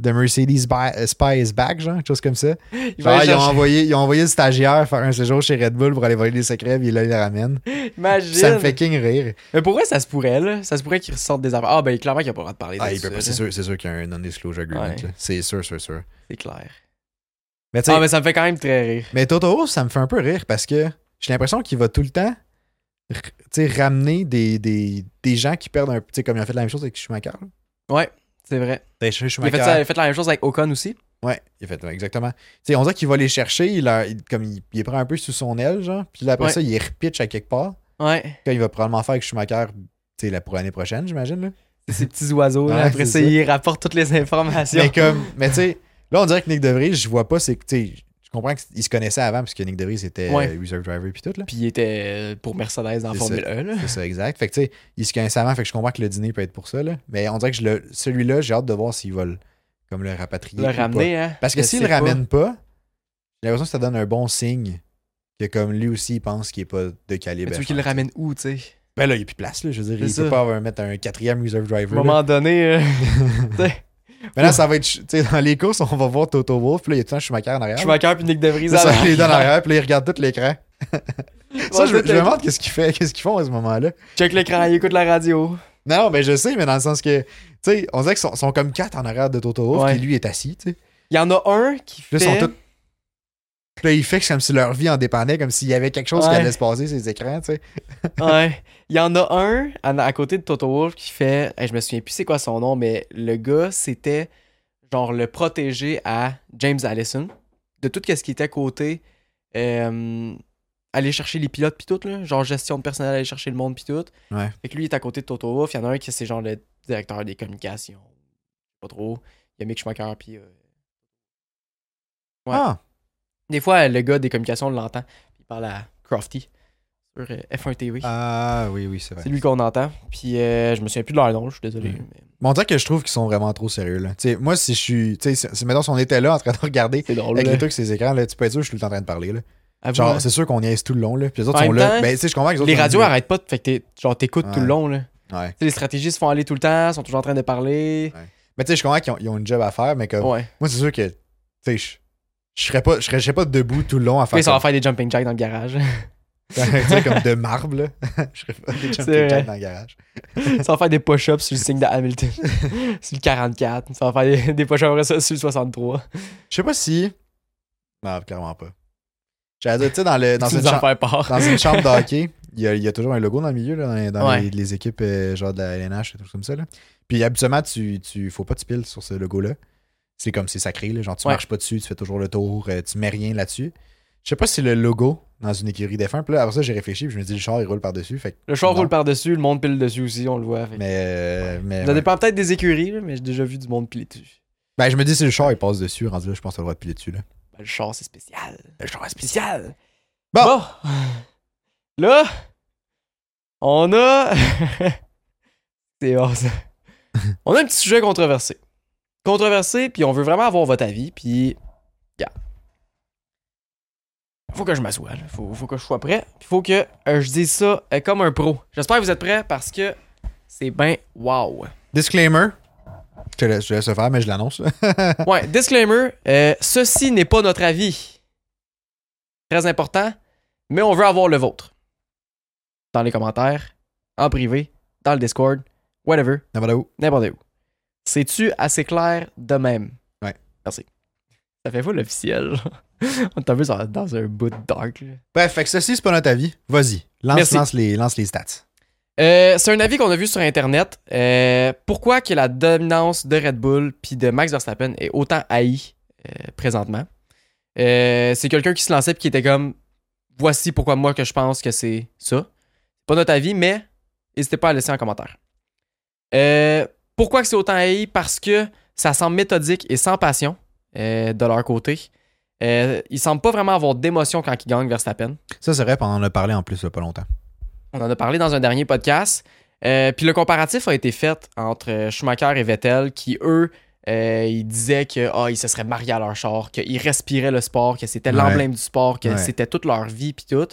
Speaker 3: The Mercedes Bi- Spy is back, genre, quelque chose comme ça.
Speaker 1: Il
Speaker 3: Genre,
Speaker 1: va aller
Speaker 3: ils, ont
Speaker 1: chercher-
Speaker 3: envoyé, ils ont envoyé le stagiaire faire un séjour chez Red Bull pour aller voler des secrets, puis là, il les ramène. Puis
Speaker 1: Imagine.
Speaker 3: ça me fait king rire.
Speaker 1: Mais pour vrai, ça se pourrait, là. Ça se pourrait qu'ils ressortent des affaires. Ah, ben, clairement qu'il n'y a pas le droit de parler
Speaker 3: Ah,
Speaker 1: de
Speaker 3: il peut
Speaker 1: ça,
Speaker 3: pas. C'est
Speaker 1: là.
Speaker 3: sûr, c'est sûr qu'il y a un non-disclosure agreement.
Speaker 1: Ouais.
Speaker 3: là. C'est sûr, sûr, sûr.
Speaker 1: C'est clair.
Speaker 3: Mais tu sais,
Speaker 1: Ah, mais ça me fait quand même très rire.
Speaker 3: Mais Toto Wolff, ça me fait un peu rire parce que j'ai l'impression qu'il va tout le temps r- tu sais, ramener des, des, des gens qui perdent un. Tu sais, comme il a fait la même chose avec Schumacher. là.
Speaker 1: C'est vrai.
Speaker 3: Tu
Speaker 1: Il a,
Speaker 3: sais,
Speaker 1: fait
Speaker 3: Schumacher.
Speaker 1: ça- il a fait la même chose avec Ocon aussi.
Speaker 3: Ouais, il a fait ouais, exactement. Tu sais, on dirait qu'il va les chercher, il, leur- il- comme il, il les prend un peu sous son aile, genre. Puis là, après
Speaker 1: Ouais.
Speaker 3: ça, il les repitch à quelque part.
Speaker 1: Ouais.
Speaker 3: Comme il va probablement faire avec Schumacher tu sais, la- pour l'année prochaine, j'imagine. là.
Speaker 1: C'est Ces petits oiseaux. là.
Speaker 3: Ouais,
Speaker 1: Après
Speaker 3: c'est
Speaker 1: ça,
Speaker 3: ça.
Speaker 1: ils rapportent toutes les informations.
Speaker 3: Mais comme, mais tu sais, là, on dirait que Nick DeVries, je vois pas, c'est que, tu sais, je comprends qu'il se connaissait avant parce que Nick DeVries était
Speaker 1: Ouais.
Speaker 3: euh, reserve driver puis tout, là.
Speaker 1: Puis il était euh, pour Mercedes dans
Speaker 3: C'est
Speaker 1: Formule
Speaker 3: ça.
Speaker 1: 1, là.
Speaker 3: C'est ça, exact. Fait que, tu sais, il se connaissait avant, fait que je comprends que le dîner peut être pour ça, là. Mais on dirait que je le- celui-là, j'ai hâte de voir s'ils veulent comme le rapatrier.
Speaker 1: Le
Speaker 3: ou pas.
Speaker 1: ramener, hein.
Speaker 3: Parce que
Speaker 1: Je
Speaker 3: s'il
Speaker 1: sais
Speaker 3: le
Speaker 1: pas.
Speaker 3: ramène pas, j'ai l'impression que ça donne un bon signe que, comme lui aussi, il pense qu'il n'est pas de
Speaker 1: Mais
Speaker 3: calibre.
Speaker 1: tu
Speaker 3: à
Speaker 1: veux qu'il
Speaker 3: faire.
Speaker 1: le ramène où, tu sais?
Speaker 3: Ben là, il n'y a plus de place, là. Je veux dire, il
Speaker 1: C'est ça.
Speaker 3: peut pas avoir- mettre un quatrième reserve
Speaker 1: À un
Speaker 3: driver. là.
Speaker 1: moment donné, euh,
Speaker 3: Mais là, ça va être. ch- Tu sais, dans les courses, on va voir Toto Wolf, puis là, il y a tout le temps Schumacher en arrière.
Speaker 1: Schumacher puis Nick DeVries.
Speaker 3: Ça,
Speaker 1: à la-
Speaker 3: il est dans l'arrière, puis là, il regarde tout l'écran. Ça, je, me- je me
Speaker 1: Check-
Speaker 3: demande qu'est-ce qu'ils fait- qu'est-ce qu'ils font à ce moment-là.
Speaker 1: Check l'écran, il écoute la radio.
Speaker 3: Non, non, mais je sais, mais dans le sens que, tu sais, on dirait qu'ils sont, sont comme quatre en arrière de Toto Wolff,
Speaker 1: Ouais.
Speaker 3: qui lui est assis, tu sais.
Speaker 1: Il y en a un qui
Speaker 3: Puis
Speaker 1: fait...
Speaker 3: là, ils sont tous. Puis là, ils fixent comme si leur vie en dépendait, comme s'il y avait quelque chose
Speaker 1: Ouais.
Speaker 3: qui allait se passer sur les écrans, tu sais.
Speaker 1: Ouais. Il y en a un à, à côté de Toto Wolf qui fait. hey, je me souviens plus c'est quoi son nom, mais le gars, c'était genre le protégé à James Allison de tout ce qui était à côté. euh, aller chercher les pilotes pis tout, là. Genre gestion de personnel, aller chercher le monde pis tout.
Speaker 3: Ouais.
Speaker 1: Fait que lui, il est à côté de Toto Wolf. Il y en a un qui c'est genre le directeur des communications. Pas trop. Il y a Mick Schumacher pis. euh, Ouais.
Speaker 3: Ah,
Speaker 1: Des fois, le gars des communications, on l'entend. Il parle à Crofty sur euh, F1 TV.
Speaker 3: Ah, oui, oui, c'est vrai.
Speaker 1: C'est lui qu'on entend. Puis euh, je me souviens plus de leur nom, je suis désolé.
Speaker 3: Mm.
Speaker 1: mais
Speaker 3: Mais on dirait que je trouve qu'ils sont vraiment trop sérieux, là. Tu sais, moi, si je suis. Tu sais, si- si, mettons, si on était là en train de regarder
Speaker 1: C'est drôle.
Speaker 3: avec
Speaker 1: là.
Speaker 3: les trucs sur les écrans, là, tu peux être sûr que je suis tout le temps en train de parler, là.
Speaker 1: Avoue,
Speaker 3: Genre,
Speaker 1: hein.
Speaker 3: c'est sûr qu'on y est tout le long, là. Puis les
Speaker 1: En
Speaker 3: autres
Speaker 1: même
Speaker 3: sont là.
Speaker 1: temps,
Speaker 3: Ben, tu sais, je comprends que
Speaker 1: les
Speaker 3: autres sont
Speaker 1: radios
Speaker 3: là.
Speaker 1: arrêtent pas. de- Fait que t'es- genre, t'écoutes tout le
Speaker 3: Ouais.
Speaker 1: long. Là.
Speaker 3: Ouais.
Speaker 1: Tu sais, Les stratégies se font aller tout le temps, sont toujours en train de parler.
Speaker 3: Mais tu sais, je comprends qu'ils ont, ils ont une job à faire, mais comme.
Speaker 1: Ouais.
Speaker 3: Moi, c'est sûr que. Tu sais, je. Je serais pas, je serais, je serais pas debout tout le long à faire
Speaker 1: Puis ça
Speaker 3: comme-
Speaker 1: va faire des jumping jacks dans le garage.
Speaker 3: tu sais, comme de marbre, là. Je serais pas des
Speaker 1: vrai.
Speaker 3: jumping jacks dans le garage.
Speaker 1: ça va faire des push-ups sur le signe de Hamilton, sur le 44. Ça va faire des, des push-ups après ça sur le 63.
Speaker 3: Je sais pas si. Non, clairement pas. J'allais dire, tu sais, dans, le, dans,
Speaker 1: tu
Speaker 3: une
Speaker 1: nous en
Speaker 3: chambre,
Speaker 1: faire part.
Speaker 3: dans une chambre de hockey, il y, a, il y a toujours un logo dans le milieu, là, dans, les, dans
Speaker 1: Ouais.
Speaker 3: les- les équipes euh, genre de la LNH et tout comme ça. Là. Puis habituellement, tu, tu faut pas que tu piles sur ce logo-là. C'est comme c'est sacré, là, genre tu
Speaker 1: Ouais.
Speaker 3: marches pas dessus, tu fais toujours le tour, euh, tu mets rien là-dessus. Je sais pas si c'est le logo dans une écurie défunt. Puis là, après ça, j'ai réfléchi. Puis je me dis, le char, il roule par-dessus. Fait que-
Speaker 1: Le char
Speaker 3: Non.
Speaker 1: roule par-dessus, le monde pile dessus aussi, on le voit. fait que-
Speaker 3: Mais. euh, mais
Speaker 1: ça
Speaker 3: ouais.
Speaker 1: dépend peut-être des écuries, là, mais j'ai déjà vu du monde piler dessus.
Speaker 3: Ben, je me dis, si le char, il passe dessus, rendu là, je pense que t'as le droit de piler dessus. Là.
Speaker 1: Ben, le char, c'est spécial. Le char est spécial.
Speaker 3: Bon.
Speaker 1: Là, on a. c'est hors ça. on a un petit sujet controversé. Controversé, puis on veut vraiment avoir votre avis, puis. Regarde. Faut que je m'assoie, là. Faut, faut que je sois prêt. Puis faut que euh, je dise ça euh, comme un pro. J'espère que vous êtes prêts parce que c'est ben wow.
Speaker 3: Disclaimer. Je te laisse, je te laisse le faire, mais je l'annonce. là.
Speaker 1: Ouais, disclaimer, euh, ceci n'est pas notre avis. Très important, mais on veut avoir le vôtre. Dans les commentaires, en privé, dans le Discord, whatever,
Speaker 3: Non, voilà où.
Speaker 1: n'importe où. C'est-tu assez clair de même?
Speaker 3: Ouais.
Speaker 1: Merci. Ça fait pas l'officiel. on est un peu sur- dans un bout de dark. là.
Speaker 3: Bref, fait que ceci, c'est pas notre avis. Vas-y. Lance,
Speaker 1: Merci.
Speaker 3: lance, les, lance les stats.
Speaker 1: Euh, c'est un avis qu'on a vu sur Internet. Euh, pourquoi que la dominance de Red Bull puis de Max Verstappen est autant haïe euh, présentement? Euh, c'est quelqu'un qui se lançait puis qui était comme Voici pourquoi moi que je pense que c'est ça. C'est pas notre avis, mais n'hésitez pas à laisser en commentaire. Euh, pourquoi que c'est autant haï? Parce que ça semble méthodique et sans passion euh, de leur côté. Euh, ils semblent pas vraiment avoir d'émotion quand ils gagnent Verstappen.
Speaker 3: Ça, c'est vrai, puis on en a parlé en plus, il y a pas longtemps.
Speaker 1: On en a parlé dans un dernier podcast. Euh, puis le comparatif a été fait entre euh, Schumacher et Vettel, qui eux, euh, ils disaient que ah, ils se seraient mariés à leur char, qu'ils respiraient le sport, que c'était
Speaker 3: Ouais.
Speaker 1: l'emblème du sport, que
Speaker 3: Ouais.
Speaker 1: c'était toute leur vie, puis tout.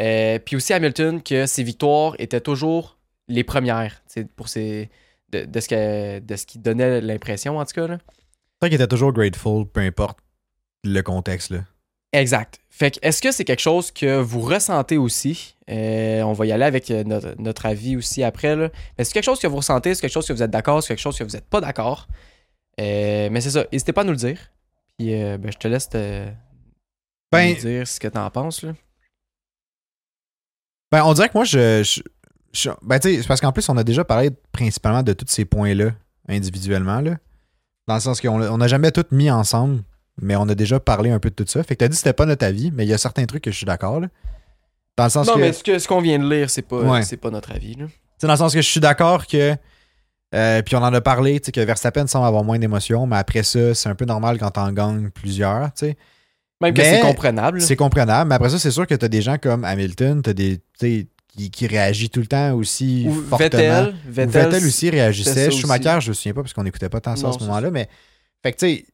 Speaker 1: Euh, puis aussi Hamilton, que ses victoires étaient toujours les premières, tu sais, pour ses, de, de ce que, de ce qui donnait l'impression, en tout cas. là.
Speaker 3: C'est vrai qu'il était toujours grateful, peu importe le contexte. Là.
Speaker 1: Exact. Fait que, est-ce que c'est quelque chose que vous ressentez aussi? Euh, on va y aller avec euh, notre, notre avis aussi après. là. Mais c'est quelque chose que vous ressentez, c'est quelque chose que vous êtes d'accord, c'est quelque chose que vous n'êtes pas d'accord. Euh, mais c'est ça, n'hésitez pas à nous le dire. Puis euh, ben, je te laisse te,
Speaker 3: Ben,
Speaker 1: nous dire ce que t'en penses. Là.
Speaker 3: Ben, on dirait que moi, je. je- je- ben, tu sais, c'est parce qu'en plus, on a déjà parlé principalement de tous ces points-là, individuellement, là. Dans le sens qu'on l'a- on n'a jamais tout mis ensemble, mais on a déjà parlé un peu de tout ça. Fait que t'as dit que c'était pas notre avis, mais il y a certains trucs que je suis d'accord, là. Dans le sens
Speaker 1: Non,
Speaker 3: que.
Speaker 1: mais
Speaker 3: tu
Speaker 1: ce, que- ce qu'on vient de lire, c'est pas,
Speaker 3: Ouais.
Speaker 1: c'est pas notre avis. là.
Speaker 3: sais, dans le sens que je suis d'accord que. euh, puis on en a parlé, tu sais, que Verstappen semble avoir moins d'émotions, mais après ça, c'est un peu normal quand t'en gagnes plusieurs, tu sais.
Speaker 1: Même que
Speaker 3: Mais
Speaker 1: c'est comprenable.
Speaker 3: C'est comprenable, mais après ça, c'est sûr que t'as des gens comme Hamilton, t'as des. tu sais, Qui, qui réagit tout le temps aussi
Speaker 1: Ou
Speaker 3: fortement.
Speaker 1: Vettel,
Speaker 3: Ou
Speaker 1: Vettel,
Speaker 3: Vettel, aussi réagissait.
Speaker 1: ça aussi.
Speaker 3: Schumacher, je me souviens pas parce qu'on n'écoutait pas tant ça à
Speaker 1: Non,
Speaker 3: ce
Speaker 1: c'est
Speaker 3: moment-là, mais fait que tu sais,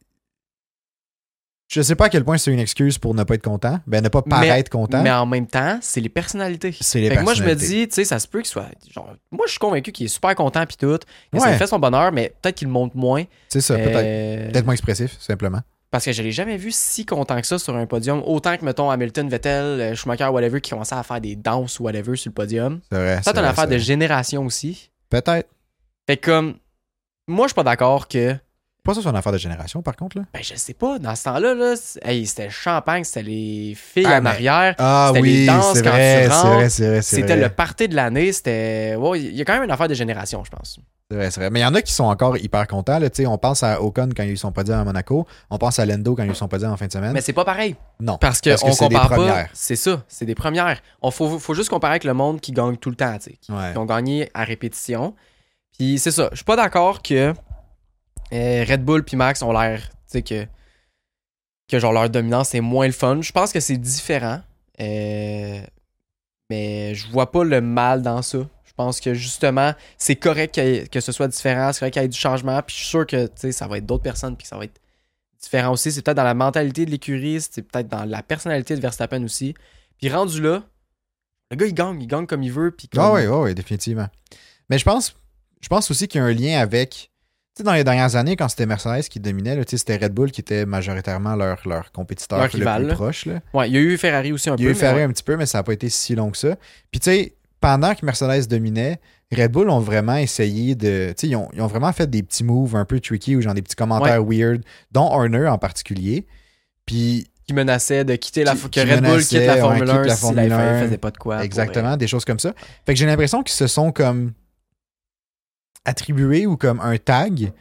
Speaker 3: je sais pas à quel point c'est une excuse pour ne pas être content, ben ne pas
Speaker 1: Mais-
Speaker 3: paraître content.
Speaker 1: Mais en même temps, c'est les personnalités.
Speaker 3: C'est les
Speaker 1: Fait que moi, je me
Speaker 3: personnalités.
Speaker 1: dis, tu sais, ça se peut qu'il soit. Genre, moi, je suis convaincu qu'il est super content, puis tout. Que Ça
Speaker 3: Ouais.
Speaker 1: lui fait son bonheur, mais peut-être qu'il le montre moins.
Speaker 3: C'est ça, peut-être
Speaker 1: Euh,
Speaker 3: peut-être moins expressif, simplement.
Speaker 1: Parce que je l'ai jamais vu si content que ça sur un podium. Autant que, mettons, Hamilton, Vettel, euh, Schumacher, whatever, qui commençaient à faire des danses ou whatever sur le podium.
Speaker 3: C'est vrai.
Speaker 1: C'est
Speaker 3: c'est
Speaker 1: peut-être une
Speaker 3: vrai,
Speaker 1: affaire
Speaker 3: c'est
Speaker 1: de
Speaker 3: vrai.
Speaker 1: génération aussi.
Speaker 3: Peut-être.
Speaker 1: Fait que, comme. Moi, je suis pas d'accord que.
Speaker 3: Pas ça, c'est une affaire de génération, par contre. Là.
Speaker 1: Ben, je sais pas. Dans ce temps-là, là, c'est- hey, c'était le champagne, c'était les filles
Speaker 3: Ah,
Speaker 1: en
Speaker 3: mais-
Speaker 1: arrière.
Speaker 3: Ah
Speaker 1: C'était les
Speaker 3: oui,
Speaker 1: danses
Speaker 3: c'est
Speaker 1: quand tu
Speaker 3: vrai, c'est
Speaker 1: rentres.
Speaker 3: vrai, c'est vrai. c'est
Speaker 1: C'était
Speaker 3: vrai.
Speaker 1: le party de l'année. C'était. Ouais, il y a quand même une affaire de génération, je pense.
Speaker 3: C'est vrai, c'est vrai. Mais il y en a qui sont encore hyper contents. Là. Tu sais, On pense à Ocon quand ils sont pas dit à Monaco. On pense à Lendo quand ils sont pas dit en fin de semaine.
Speaker 1: Mais c'est pas pareil.
Speaker 3: non.
Speaker 1: Hein? Parce que
Speaker 3: Parce que
Speaker 1: on
Speaker 3: c'est des
Speaker 1: compare pas.
Speaker 3: premières.
Speaker 1: C'est ça, c'est des premières. On faut, faut juste comparer avec le monde qui gagne tout le temps, tu sais, qui,
Speaker 3: Ouais.
Speaker 1: qui ont gagné à répétition. Puis c'est ça. Je suis pas d'accord que euh, Red Bull puis Max ont l'air, tu sais que que genre leur dominance est moins le fun. Je pense que c'est différent. Euh, mais je vois pas le mal dans ça. Je pense que justement, c'est correct qu'il y ait- que ce soit différent, c'est correct qu'il y ait du changement. Puis je suis sûr que tu sais, ça va être d'autres personnes, puis que ça va être différent aussi. C'est peut-être dans la mentalité de l'écurie, c'est peut-être dans la personnalité de Verstappen aussi. Puis rendu là, le gars il gagne, il gagne comme il veut. Puis comme-
Speaker 3: Ah oui, oui, oui, définitivement. Mais je pense, je pense aussi qu'il y a un lien avec. Tu sais, dans les dernières années, quand c'était Mercedes qui dominait, là, tu sais, c'était Red Bull qui était majoritairement leur, leur compétiteur
Speaker 1: Leur
Speaker 3: le
Speaker 1: rival,
Speaker 3: plus
Speaker 1: là.
Speaker 3: proche. Là.
Speaker 1: Ouais, il y a eu Ferrari aussi un
Speaker 3: Il y
Speaker 1: peu.
Speaker 3: a eu
Speaker 1: mais
Speaker 3: Ferrari
Speaker 1: ouais.
Speaker 3: un petit peu, mais ça n'a pas été si long que ça. Puis tu sais, pendant que Mercedes dominait, Red Bull ont vraiment essayé de. Tu sais, ils ont, ils ont vraiment fait des petits moves un peu tricky ou genre des petits commentaires weird, dont Horner en particulier. Puis
Speaker 1: Qui menaçait de quitter la
Speaker 3: Qui-
Speaker 1: que
Speaker 3: qui
Speaker 1: Red Bull
Speaker 3: menaçait,
Speaker 1: quitte la
Speaker 3: ouais,
Speaker 1: Formule
Speaker 3: quitte
Speaker 1: 1
Speaker 3: la
Speaker 1: si la
Speaker 3: Formule
Speaker 1: FIA
Speaker 3: 1.
Speaker 1: faisait pas de quoi. pour,
Speaker 3: Exactement, des choses comme ça. Fait que j'ai l'impression qu'ils se sont comme attribués ou comme un tag.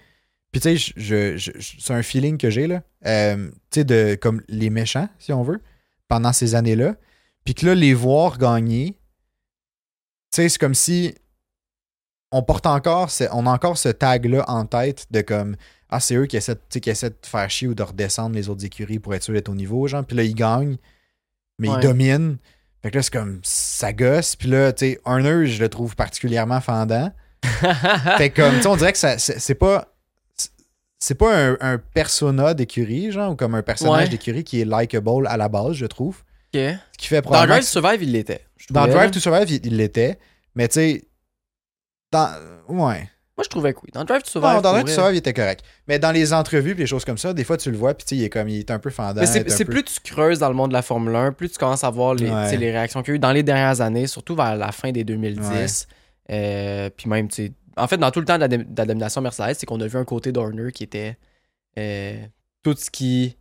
Speaker 3: Puis tu sais, je- je- je- c'est un feeling que j'ai là. Euh, tu sais, de comme les méchants, si on veut. pendant ces années-là. Puis que là, les voir gagner, tu sais, c'est comme si on porte encore, ce- on a encore ce tag-là en tête de comme, ah, c'est eux qui essaient, de- tu sais, qui essaient de faire chier ou de redescendre les autres écuries pour être sûr d'être au niveau, genre. Puis là, ils gagnent, mais
Speaker 1: Ouais.
Speaker 3: ils dominent. Fait que là, c'est comme, ça gosse. Puis là, tu sais, un eux, je le trouve particulièrement fendant. Fait que comme, tu sais, on dirait que ça, c'est, c'est pas. c'est- C'est pas un, un persona d'écurie, genre, ou comme un personnage
Speaker 1: Ouais.
Speaker 3: d'écurie qui est likable à la base, je trouve.
Speaker 1: Ok.
Speaker 3: Ce qui fait
Speaker 1: Dans
Speaker 3: probablement.
Speaker 1: Drive
Speaker 3: que-
Speaker 1: to Survive, il l'était. je
Speaker 3: dans
Speaker 1: trouvais,
Speaker 3: Drive
Speaker 1: là.
Speaker 3: to Survive, il il l'était. Mais tu sais. Dans, ouais.
Speaker 1: Moi, je trouvais que oui. Dans Drive to Survive.
Speaker 3: Non, dans
Speaker 1: pour
Speaker 3: Drive to
Speaker 1: vrai.
Speaker 3: Survive, il était correct. Mais dans les entrevues pis les choses comme ça, des fois, tu le vois, puis tu sais, il est comme, il est un peu fendant.
Speaker 1: Mais
Speaker 3: il
Speaker 1: c'est
Speaker 3: est un
Speaker 1: c'est
Speaker 3: peu-
Speaker 1: plus tu creuses dans le monde de la Formule 1, plus tu commences à voir les,
Speaker 3: Ouais.
Speaker 1: tu sais, les réactions qu'il y a eu dans les dernières années, surtout vers la fin des 2010. Euh, puis même, tu sais, en fait, dans tout le temps de la, dé- de la domination Mercedes, c'est qu'on a vu un côté d'Horner qui était euh, tout ce qui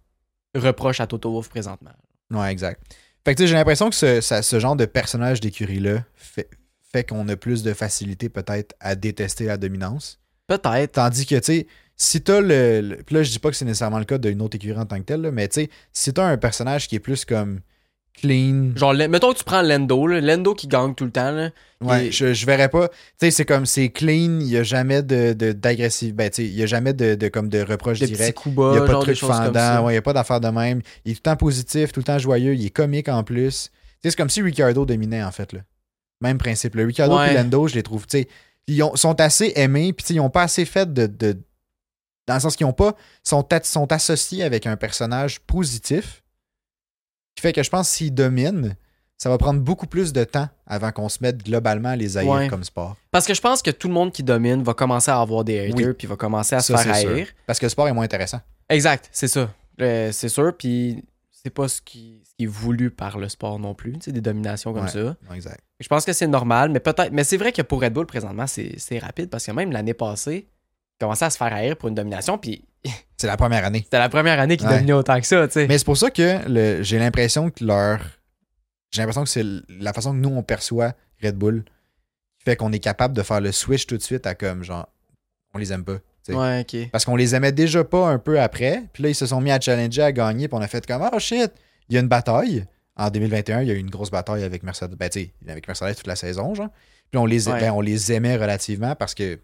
Speaker 1: reproche à Toto Wolff présentement.
Speaker 3: Ouais, exact. Fait que tu sais, j'ai l'impression que ce, ça- ce genre de personnage d'écurie-là fait, fait qu'on a plus de facilité peut-être à détester la dominance.
Speaker 1: Peut-être.
Speaker 3: Tandis que, tu sais, si t'as le, le- Puis là, je dis pas que c'est nécessairement le cas d'une autre écurie en tant que telle, là, mais tu sais, si t'as un personnage qui est plus comme clean.
Speaker 1: Genre, le- mettons que tu prends Lendo, là, Lendo qui gagne tout le temps. là.
Speaker 3: ouais,
Speaker 1: et-
Speaker 3: je, je verrais pas. Tu sais, c'est comme c'est clean, il y a jamais de de- d'agressif. ben, tu sais, il y a jamais de, de, comme de reproche
Speaker 1: des petits
Speaker 3: direct.
Speaker 1: coups
Speaker 3: Il
Speaker 1: bas,
Speaker 3: y a
Speaker 1: genre
Speaker 3: pas de
Speaker 1: des
Speaker 3: trucs
Speaker 1: choses comme ça.
Speaker 3: fendants, ouais, il y a pas d'affaires de même. Il est tout le temps positif, tout le temps joyeux, il est comique en plus. Tu sais, c'est comme si Ricardo dominait, en fait, là. Même principe. Le Ricardo
Speaker 1: Ouais.
Speaker 3: et Lando, je les trouve, tu sais, ils ont- sont assez aimés, puis tu sais, ils ont pas assez fait de. de- dans le sens qu'ils ont pas. Sont, a- sont associés avec un personnage positif. Qui fait que je pense que s'ils dominent, ça va prendre beaucoup plus de temps avant qu'on se mette globalement à les haïr
Speaker 1: Ouais.
Speaker 3: comme sport.
Speaker 1: Parce que je pense que tout le monde qui domine va commencer à avoir des haters,
Speaker 3: Oui.
Speaker 1: puis va commencer à
Speaker 3: Ça,
Speaker 1: se faire
Speaker 3: c'est sûr.
Speaker 1: haïr.
Speaker 3: Parce que le sport est moins intéressant.
Speaker 1: Exact, c'est ça. Euh, c'est sûr, puis c'est pas ce qui, ce qui est voulu par le sport non plus, tu sais, des dominations comme
Speaker 3: Ouais.
Speaker 1: ça.
Speaker 3: Non, exact.
Speaker 1: Je pense que c'est normal, mais peut-être. Mais c'est vrai que pour Red Bull, présentement, c'est c'est rapide parce que même l'année passée, ils commençaient à se faire haïr pour une domination, puis
Speaker 3: C'est la première année.
Speaker 1: c'était la première année qu'ils
Speaker 3: Ouais.
Speaker 1: dominaient autant que ça, tu sais.
Speaker 3: Mais c'est pour ça que le- j'ai l'impression que leur. J'ai l'impression que c'est l- la façon que nous on perçoit Red Bull qui fait qu'on est capable de faire le switch tout de suite à comme genre on les aime pas. tu sais.
Speaker 1: Ouais, ok.
Speaker 3: Parce qu'on les aimait déjà pas un peu après, puis là ils se sont mis à challenger, à gagner, puis on a fait comme oh shit, il y a une bataille. En 2021, il y a eu une grosse bataille avec Mercedes, ben, tu sais, avec Mercedes toute la saison, genre. Puis on les, a-
Speaker 1: Ouais.
Speaker 3: ben, on les aimait relativement parce que tu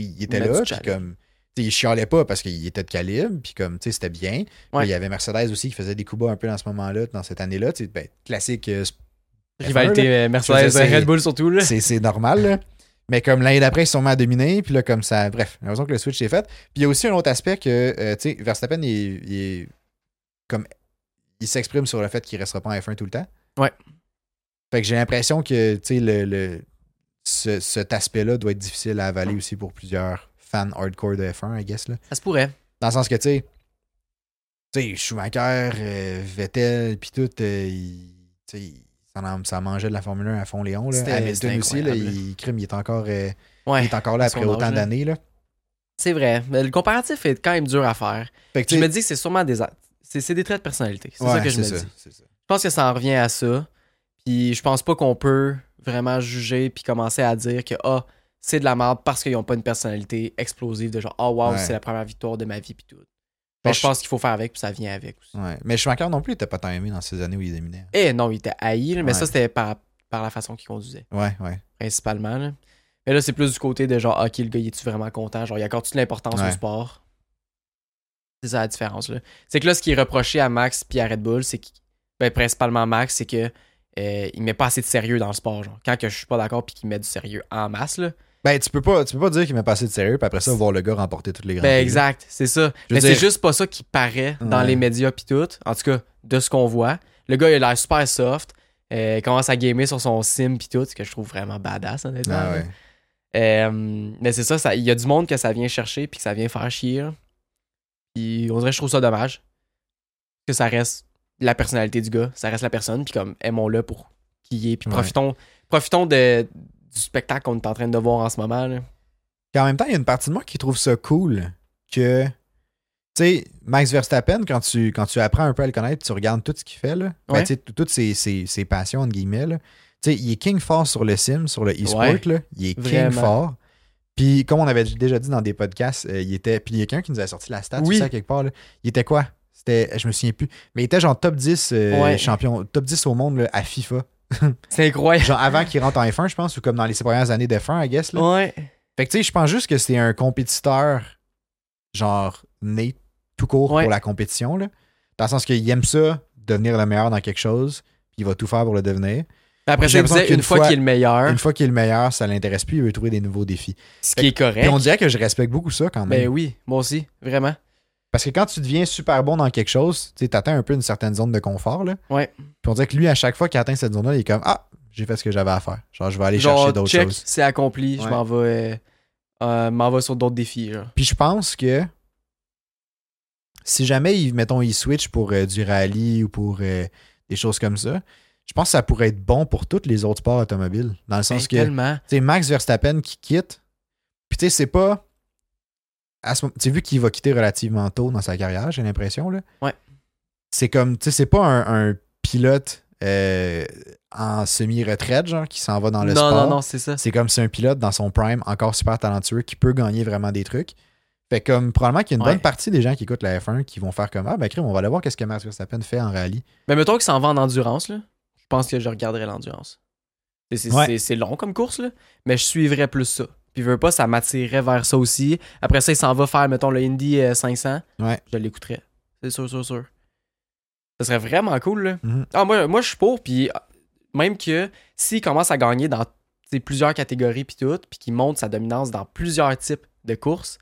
Speaker 3: sais, ils étaient
Speaker 1: Il y a du
Speaker 3: là, puis
Speaker 1: challenge.
Speaker 3: comme tu sais, ils chialaient pas parce qu'ils étaient de calibre, puis comme tu sais, c'était bien. Puis
Speaker 1: Ouais.
Speaker 3: Il y avait Mercedes aussi qui faisait des coups bas un peu dans ce moment-là, dans cette année-là. Tu sais, ben, classique, euh, c'est-
Speaker 1: Rivalité euh,
Speaker 3: Je veux
Speaker 1: Mercedes
Speaker 3: dire, c'est-
Speaker 1: Red Bull surtout, là.
Speaker 3: c'est c'est normal. là. Mais comme l'année d'après, ils sont mis à dominer. Puis là, comme ça, bref, j'ai l'impression que le switch est fait. Puis il y a aussi un autre aspect que, euh, tu sais, Verstappen, il, il est- comme, il s'exprime sur le fait qu'il restera pas en F1 tout le temps.
Speaker 1: Ouais.
Speaker 3: Fait que j'ai l'impression que, tu sais, le, le- ce- cet aspect-là doit être difficile à avaler aussi pour plusieurs fans hardcore de F1, I guess. Là.
Speaker 1: Ça se pourrait.
Speaker 3: Dans le sens que, tu sais, tu sais, Schumacher, euh, Vettel, puis tout, euh, il- tu sais, il- ça, en- ça mangeait de la Formule 1 à fond Léon. Là.
Speaker 1: C'était-
Speaker 3: Hamilton
Speaker 1: c'était
Speaker 3: aussi, là,
Speaker 1: incroyable.
Speaker 3: il, crime, il est encore, euh, il
Speaker 1: Ouais.
Speaker 3: est encore là
Speaker 1: à
Speaker 3: après
Speaker 1: son
Speaker 3: autant
Speaker 1: âge, là.
Speaker 3: d'années. Là.
Speaker 1: C'est vrai. Mais le comparatif est quand même dur à faire.
Speaker 3: Fait que,
Speaker 1: Je
Speaker 3: tu
Speaker 1: me
Speaker 3: sais,
Speaker 1: dis que c'est sûrement des. a- C'est c'est des traits de personnalité. C'est
Speaker 3: ouais,
Speaker 1: ça que je me dis.
Speaker 3: c'est ça.
Speaker 1: je pense que ça en revient à ça. Puis je pense pas qu'on peut vraiment juger puis commencer à dire que ah, c'est de la merde parce qu'ils ont pas une personnalité explosive de genre ah wow,
Speaker 3: Ouais.
Speaker 1: c'est la première victoire de ma vie puis tout. Donc,
Speaker 3: Mais
Speaker 1: je
Speaker 3: je-
Speaker 1: pense qu'il faut faire avec puis ça vient avec aussi.
Speaker 3: Ouais. Mais Schumacher non plus, il était pas tant aimé dans ces années où il dominait.
Speaker 1: Eh non, il était haï, là, mais
Speaker 3: Ouais.
Speaker 1: ça c'était par, par la façon qu'il conduisait
Speaker 3: Ouais, ouais.
Speaker 1: principalement. là. Mais là c'est plus du côté de genre ok le gars il est tu vraiment content, genre il accorde tu de l'importance au
Speaker 3: Ouais.
Speaker 1: sport. C'est ça la différence là. C'est que là ce qui est reproché à Max puis à Red Bull, c'est que ben, principalement Max, c'est que euh, il met pas assez de sérieux dans le sport. Genre. Quand que je suis pas d'accord puis qu'il met du sérieux en masse, là.
Speaker 3: Ben, tu peux pas, tu peux pas dire qu'il m'a passé de sérieux, puis après ça, voir le gars remporter toutes les grandes.
Speaker 1: Ben exact, c'est ça.
Speaker 3: Je veux
Speaker 1: Mais c'est
Speaker 3: dire-
Speaker 1: juste pas ça qui paraît dans
Speaker 3: Ouais.
Speaker 1: les médias puis tout. En tout cas, de ce qu'on voit. Le gars il a l'air super soft. euh, il commence à gamer sur son sim puis tout, ce que je trouve vraiment badass honnêtement. là.
Speaker 3: Ah, ouais.
Speaker 1: Euh, mais c'est ça, ça- il y a du monde que ça vient chercher puis que ça vient faire chier. là. Puis on dirait que je trouve ça dommage. Que ça reste la personnalité du gars, ça reste la personne, puis comme aimons-le pour qui il est, puis
Speaker 3: Ouais.
Speaker 1: profitons, profitons de, du spectacle qu'on est en train de voir en ce moment. là.
Speaker 3: Puis en même temps, il y a une partie de moi qui trouve ça cool que, tu sais, Max Verstappen, quand tu, quand tu apprends un peu à le connaître, tu regardes tout ce qu'il fait, là. Ben,
Speaker 1: Ouais.
Speaker 3: tu sais, toutes ses, ses- ses passions, entre guillemets, là. Tu sais, il est king fort sur le sim, sur le e-sport,
Speaker 1: Ouais.
Speaker 3: là. Il est king
Speaker 1: Vraiment.
Speaker 3: fort. Puis, comme on avait déjà dit dans des podcasts, euh, il était. Puis, il y a quelqu'un qui nous a sorti la stat,
Speaker 1: Oui.
Speaker 3: tout ça, quelque part, là. Il était quoi C'était, je me souviens plus. Mais il était genre top 10 euh,
Speaker 1: Ouais.
Speaker 3: champion, top 10 au monde là, à FIFA.
Speaker 1: C'est incroyable.
Speaker 3: Genre avant qu'il rentre en F1, je pense, ou comme dans les premières années d'F1, I guess. Là.
Speaker 1: Ouais.
Speaker 3: Fait que tu sais, je pense juste que c'est un compétiteur, genre, né tout court
Speaker 1: Ouais.
Speaker 3: pour la compétition, là. Dans le sens qu'il aime ça, devenir le meilleur dans quelque chose, puis il va tout faire pour le devenir.
Speaker 1: Après ça,
Speaker 3: J'ai
Speaker 1: il
Speaker 3: l'impression
Speaker 1: disait
Speaker 3: qu'une
Speaker 1: une fois
Speaker 3: fois-
Speaker 1: qu'il est le meilleur,
Speaker 3: Une fois qu'il est le meilleur, ça l'intéresse plus, il veut trouver des nouveaux défis.
Speaker 1: ce qui est
Speaker 3: Puis
Speaker 1: correct.
Speaker 3: on dirait que je respecte beaucoup ça quand même.
Speaker 1: Hein? Ben oui, moi aussi, vraiment.
Speaker 3: Parce que quand tu deviens super bon dans quelque chose, tu sais, t'atteins un peu une certaine zone de confort, là.
Speaker 1: Ouais.
Speaker 3: Puis on dirait que lui, à chaque fois qu'il atteint cette zone-là, il est comme Ah, j'ai fait ce que j'avais à faire. Genre, je vais aller chercher
Speaker 1: Genre,
Speaker 3: d'autres
Speaker 1: check,
Speaker 3: choses.
Speaker 1: c'est accompli, je
Speaker 3: Ouais.
Speaker 1: m'en vais, euh, euh, m'en vais sur d'autres défis. genre.
Speaker 3: Puis je pense que si jamais, il- mettons, il switch pour euh, du rallye ou pour euh, des choses comme ça, je pense que ça pourrait être bon pour tous les autres sports automobiles. Dans le sens
Speaker 1: Ben,
Speaker 3: que, tu
Speaker 1: Tellement.
Speaker 3: sais, Max Verstappen qui quitte, puis tu sais, c'est pas. à ce moment- Tu sais, vu qu'il va quitter relativement tôt dans sa carrière, j'ai l'impression, là.
Speaker 1: Ouais.
Speaker 3: C'est comme, tu sais, c'est pas un, un pilote euh, en semi-retraite, genre, qui s'en va dans le
Speaker 1: non,
Speaker 3: sport.
Speaker 1: non, non, c'est ça.
Speaker 3: C'est comme si un pilote dans son prime, encore super talentueux, qui peut gagner vraiment des trucs. Fait comme probablement qu'il y a une
Speaker 1: Ouais.
Speaker 3: bonne partie des gens qui écoutent la F1 qui vont faire comme Ah ben crime, on va aller voir qu'est-ce que Max Verstappen fait en rallye.
Speaker 1: Mais mettons qu'il s'en va en endurance, là. Je pense que je regarderais l'endurance. C'est- C'est
Speaker 3: Ouais.
Speaker 1: c'est- c'est long comme course, là. Mais je suivrais plus ça. Puis veut pas, ça m'attirerait vers ça aussi. Après ça, il s'en va faire, mettons, le Indy euh, 500.
Speaker 3: Ouais.
Speaker 1: Je l'écouterais. C'est sûr, sûr, sûr. Ça serait vraiment cool, là.
Speaker 3: Mhm.
Speaker 1: Ah, moi, moi je suis pour. Puis ah, même que s'il commence à gagner dans tu sais, plusieurs catégories, puis tout, puis qu'il monte sa dominance dans plusieurs types de courses,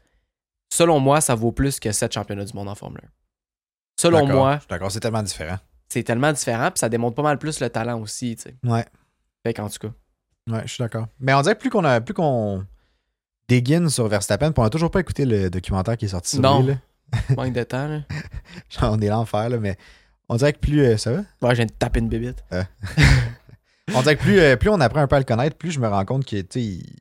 Speaker 1: selon moi, ça vaut plus que 7 championnats du monde en Formule 1. Selon
Speaker 3: D'accord.
Speaker 1: moi,
Speaker 3: Je suis D'accord, c'est tellement différent.
Speaker 1: c'est tellement différent, puis ça démontre pas mal plus le talent aussi, tu sais.
Speaker 3: Ouais,
Speaker 1: Fait qu'en tout cas.
Speaker 3: ouais, je suis d'accord. Mais on dirait que plus qu'on a plus qu'on déguine sur Verstappen, puis on a toujours pas écouté le documentaire qui est sorti sur
Speaker 1: Non.
Speaker 3: lui. Là.
Speaker 1: Manque de temps, là.
Speaker 3: Genre, on est l'enfer, là, mais on dirait que plus euh, ça va?
Speaker 1: Ouais, je viens de taper une bébite.
Speaker 3: On dirait que plus, euh, plus on apprend un peu à le connaître, plus je me rends compte que tu sais, il-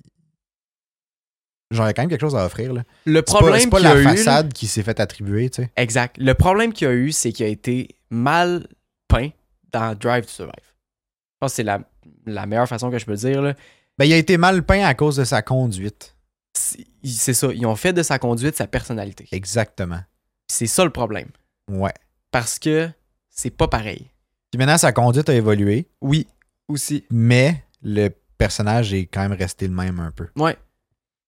Speaker 3: genre il y a quand même quelque chose à offrir. Là.
Speaker 1: Le
Speaker 3: C'est pas, c'est
Speaker 1: problème
Speaker 3: pas
Speaker 1: qu'il a
Speaker 3: la
Speaker 1: eu. là-
Speaker 3: façade qui s'est fait attribuer, tu sais.
Speaker 1: Exact. Le problème qu'il a eu, c'est qu'il a été mal peint dans Drive to Survive. Je pense que c'est la, la meilleure façon que je peux le dire, là.
Speaker 3: Ben, il a été mal peint à cause de sa conduite.
Speaker 1: C'est il- c'est ça. Ils ont fait de sa conduite sa personnalité.
Speaker 3: Exactement.
Speaker 1: C'est ça le problème.
Speaker 3: Ouais.
Speaker 1: Parce que c'est pas pareil.
Speaker 3: Puis maintenant, sa conduite a évolué,
Speaker 1: Oui, aussi.
Speaker 3: mais le personnage est quand même resté le même un peu.
Speaker 1: Ouais.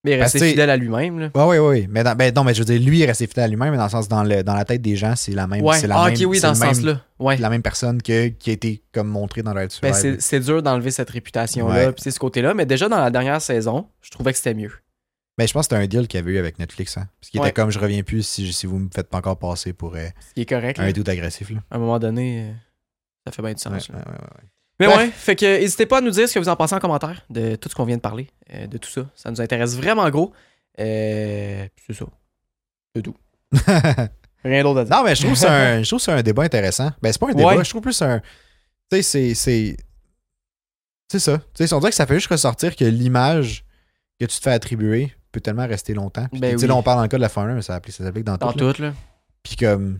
Speaker 1: Mais
Speaker 3: Parce
Speaker 1: rester
Speaker 3: que Ben, tu sais-
Speaker 1: fidèle à lui-même, là.
Speaker 3: Ouais, ouais, ouais. Mais dans- ben, non, mais je veux dire, lui, il est resté fidèle à lui-même, mais dans le sens, dans, le, dans la tête des gens, c'est la même.
Speaker 1: Ouais,
Speaker 3: c'est la
Speaker 1: ah,
Speaker 3: même-
Speaker 1: ok, oui,
Speaker 3: c'est
Speaker 1: dans
Speaker 3: le
Speaker 1: ce
Speaker 3: même-
Speaker 1: sens-là. Ouais.
Speaker 3: La même personne que, qui a été comme montrée dans Drive to
Speaker 1: Ben,
Speaker 3: Survive.
Speaker 1: c'est c'est dur d'enlever cette réputation-là,
Speaker 3: Ouais.
Speaker 1: puis c'est ce côté-là. Mais déjà, dans la dernière saison, je trouvais que c'était mieux.
Speaker 3: Mais je pense que c'était un deal qu'il avait eu avec Netflix. Hein. Parce qu'il
Speaker 1: Ouais.
Speaker 3: était comme, je reviens plus si, je- si vous me faites pas encore passer pour euh,
Speaker 1: Ce qui est correct. là.
Speaker 3: un doute agressif. Là.
Speaker 1: À un moment donné, euh, ça fait bien du sens.
Speaker 3: Ouais,
Speaker 1: là.
Speaker 3: ouais, ouais, ouais.
Speaker 1: Mais
Speaker 3: Bref.
Speaker 1: ouais, fait que n'hésitez pas à nous dire ce que vous en pensez en commentaire de tout ce qu'on vient de parler, euh, de tout ça. Ça nous intéresse vraiment gros. Euh, puis c'est ça. C'est tout. Rien d'autre à dire.
Speaker 3: Non, mais je trouve que c'est un, je trouve que c'est un débat intéressant. Ben, c'est pas un débat,
Speaker 1: Ouais.
Speaker 3: je trouve plus un. Tu sais, c'est- c'est. C'est ça. Tu sais, on dirait que ça fait juste ressortir que l'image que tu te fais attribuer peut tellement rester longtemps. Puis,
Speaker 1: Ben
Speaker 3: tu sais,
Speaker 1: oui.
Speaker 3: là, on parle dans le cas de la Formule 1, mais ça s'applique ça s'applique dans,
Speaker 1: Dans
Speaker 3: tout. là.
Speaker 1: tout, là.
Speaker 3: Puis, comme.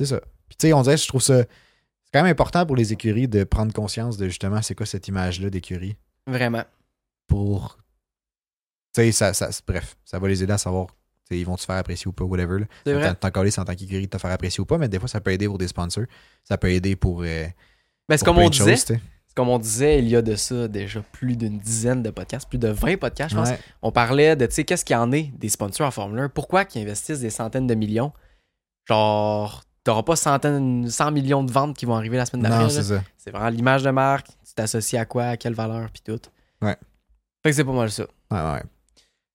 Speaker 3: C'est ça. Puis, tu sais, on dirait, je trouve ça. C'est quand même important pour les écuries de prendre conscience de justement c'est quoi cette image-là d'écurie
Speaker 1: Vraiment.
Speaker 3: pour. Tu sais, ça, ça, bref, ça va les aider à savoir. tu sais, Ils vont te faire apprécier ou pas, whatever. Là.
Speaker 1: C'est vrai.
Speaker 3: T'en- T'en coller sans tant qu'écurie de te faire apprécier ou pas, mais des fois, ça peut aider pour des sponsors. Ça peut aider pour. euh,
Speaker 1: Ben, c'est
Speaker 3: pour
Speaker 1: comme on
Speaker 3: plein de
Speaker 1: disait.
Speaker 3: choses, tu sais.
Speaker 1: C'est comme on disait il y a de ça déjà plus d'une dizaine de podcasts, plus de 20 podcasts, je pense.
Speaker 3: Ouais.
Speaker 1: On parlait de, tu sais, qu'est-ce qu'il y en est des sponsors en Formule 1? Pourquoi qu'ils investissent des centaines de millions? Genre, t'auras pas centaines, 100 millions de ventes qui vont arriver la semaine
Speaker 3: Non,
Speaker 1: d'après.
Speaker 3: c'est
Speaker 1: là.
Speaker 3: ça.
Speaker 1: C'est vraiment l'image de marque, tu t'associes à quoi, à quelle valeur, puis tout.
Speaker 3: Ouais.
Speaker 1: Fait que c'est pas mal ça.
Speaker 3: Ouais, ouais.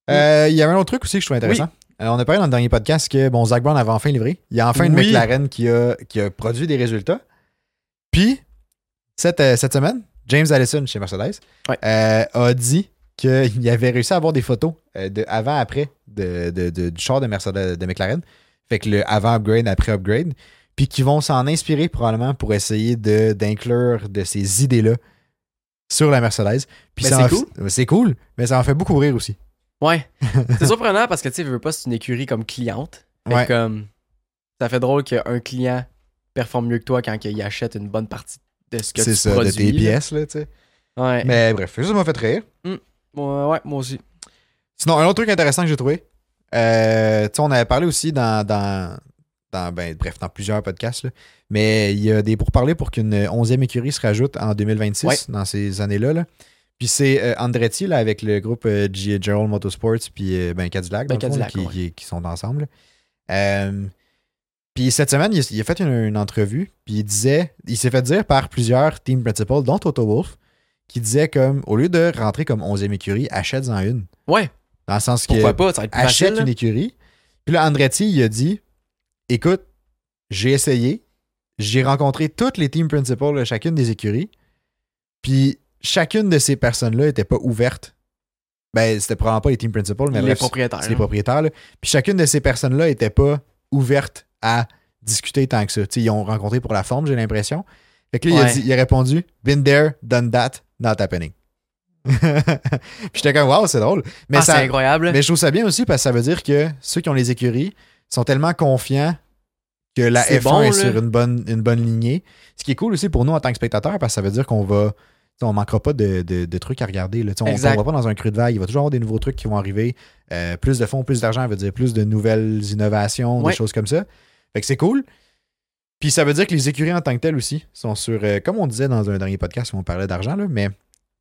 Speaker 3: Euh, Il y avait un autre truc aussi que je trouvais intéressant. Euh, on a parlé dans le dernier podcast que bon, Zach Brown avait enfin livré. Il y a enfin une
Speaker 1: Oui.
Speaker 3: McLaren qui a, qui a produit des résultats. Puis, cette, euh, cette semaine, James Allison chez Mercedes
Speaker 1: Ouais.
Speaker 3: euh, a dit qu'il avait réussi à avoir des photos euh, de avant-après de, de- de- du char de, Mercedes, de McLaren. Fait que le avant-upgrade, après-upgrade. Puis qui vont s'en inspirer probablement pour essayer de- d'inclure de ces idées-là sur la Mercedes. Puis
Speaker 1: Mais
Speaker 3: ça
Speaker 1: Ben, c'est
Speaker 3: en f- C'est cool, mais ça en fait beaucoup rire aussi.
Speaker 1: Ouais. c'est surprenant parce que, tu sais, veux pas, c'est une écurie comme cliente. Fait que,
Speaker 3: Ouais.
Speaker 1: comme, ça fait drôle qu'un client performe mieux que toi quand il achète une bonne partie de ce que tu
Speaker 3: C'est ça,
Speaker 1: produis.
Speaker 3: de tes
Speaker 1: là.
Speaker 3: pièces, là, tu sais.
Speaker 1: Ouais.
Speaker 3: Mais bref, ça m'a fait rire.
Speaker 1: Ouais, ouais, moi aussi.
Speaker 3: Sinon, un autre truc intéressant que j'ai trouvé, euh, tu sais, on avait parlé aussi dans, dans dans, ben, bref, dans plusieurs podcasts. là. Mais il y a des pourparlers pour qu'une 11e écurie se rajoute en 2026,
Speaker 1: Ouais.
Speaker 3: dans ces années-là. là. Puis c'est euh, Andretti là, avec le groupe euh, G- Gerald Motorsports puis euh, ben, Cadillac,
Speaker 1: Ben,
Speaker 3: dans le fond, là,
Speaker 1: Cadillac,
Speaker 3: qui-
Speaker 1: ouais.
Speaker 3: qui, qui sont ensemble. Euh, puis cette semaine, il, il a fait une, une entrevue, puis il disait, il s'est fait dire par plusieurs team principals, dont Toto Wolf, qui disait comme, au lieu de rentrer comme 11e écurie, achète-en une.
Speaker 1: Ouais,
Speaker 3: Dans le sens que
Speaker 1: pourquoi pas, ça va être plus
Speaker 3: achète
Speaker 1: facile. là.
Speaker 3: une écurie. Puis là, Andretti, il a dit Écoute, j'ai essayé, j'ai rencontré toutes les team principals de chacune des écuries, puis chacune de ces personnes-là n'était pas ouverte. Ben, c'était probablement pas les team principals, mais
Speaker 1: Les
Speaker 3: bref,
Speaker 1: propriétaires.
Speaker 3: c'est
Speaker 1: là.
Speaker 3: les propriétaires. là. Puis chacune de ces personnes-là n'était pas ouverte à discuter tant que ça. Tu sais, ils ont rencontré pour la forme, j'ai l'impression. Fait que là, il, a
Speaker 1: Ouais.
Speaker 3: dit- il a répondu Been there, done that, not happening. puis j'étais comme, wow, c'est drôle. Mais
Speaker 1: Ah,
Speaker 3: ça,
Speaker 1: c'est incroyable.
Speaker 3: mais je trouve ça bien aussi parce que ça veut dire que ceux qui ont les écuries sont tellement confiants que la
Speaker 1: C'est
Speaker 3: F1
Speaker 1: bon,
Speaker 3: est
Speaker 1: là.
Speaker 3: sur une bonne, une bonne lignée. Ce qui est cool aussi pour nous en tant que spectateurs parce que ça veut dire qu'on va. tu sais, On manquera pas de, de- de trucs à regarder. là. Tu sais, On ne
Speaker 1: Exact.
Speaker 3: tombera pas dans un creux de vague. Il va toujours y avoir des nouveaux trucs qui vont arriver. Euh, plus de fonds, plus d'argent, veut dire plus de nouvelles innovations,
Speaker 1: Ouais.
Speaker 3: des choses comme ça. Fait que c'est cool. Puis ça veut dire que les écuries en tant que telles aussi sont sur, euh, comme on disait dans un dernier podcast où on parlait d'argent, là, mais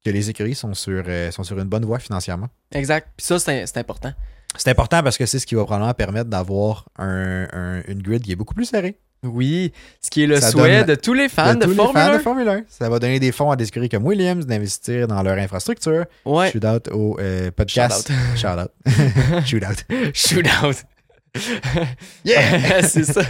Speaker 3: que les écuries sont sur, euh, sont sur une bonne voie financièrement.
Speaker 1: Exact. Puis ça, c'est c'est important.
Speaker 3: C'est important parce que c'est ce qui va probablement permettre d'avoir un, un- une grid qui est beaucoup plus serrée.
Speaker 1: Oui, ce qui est le
Speaker 3: Ça
Speaker 1: souhait
Speaker 3: donne-
Speaker 1: de tous les fans
Speaker 3: Pour
Speaker 1: de,
Speaker 3: tous les
Speaker 1: Formule
Speaker 3: fans
Speaker 1: 1.
Speaker 3: de Formule 1. Ça va donner des fonds à des écuries comme Williams d'investir dans leur infrastructure.
Speaker 1: Ouais.
Speaker 3: Shootout au euh, podcast. Shoutout. Shootout.
Speaker 1: Shootout.
Speaker 3: Yeah!
Speaker 1: c'est ça.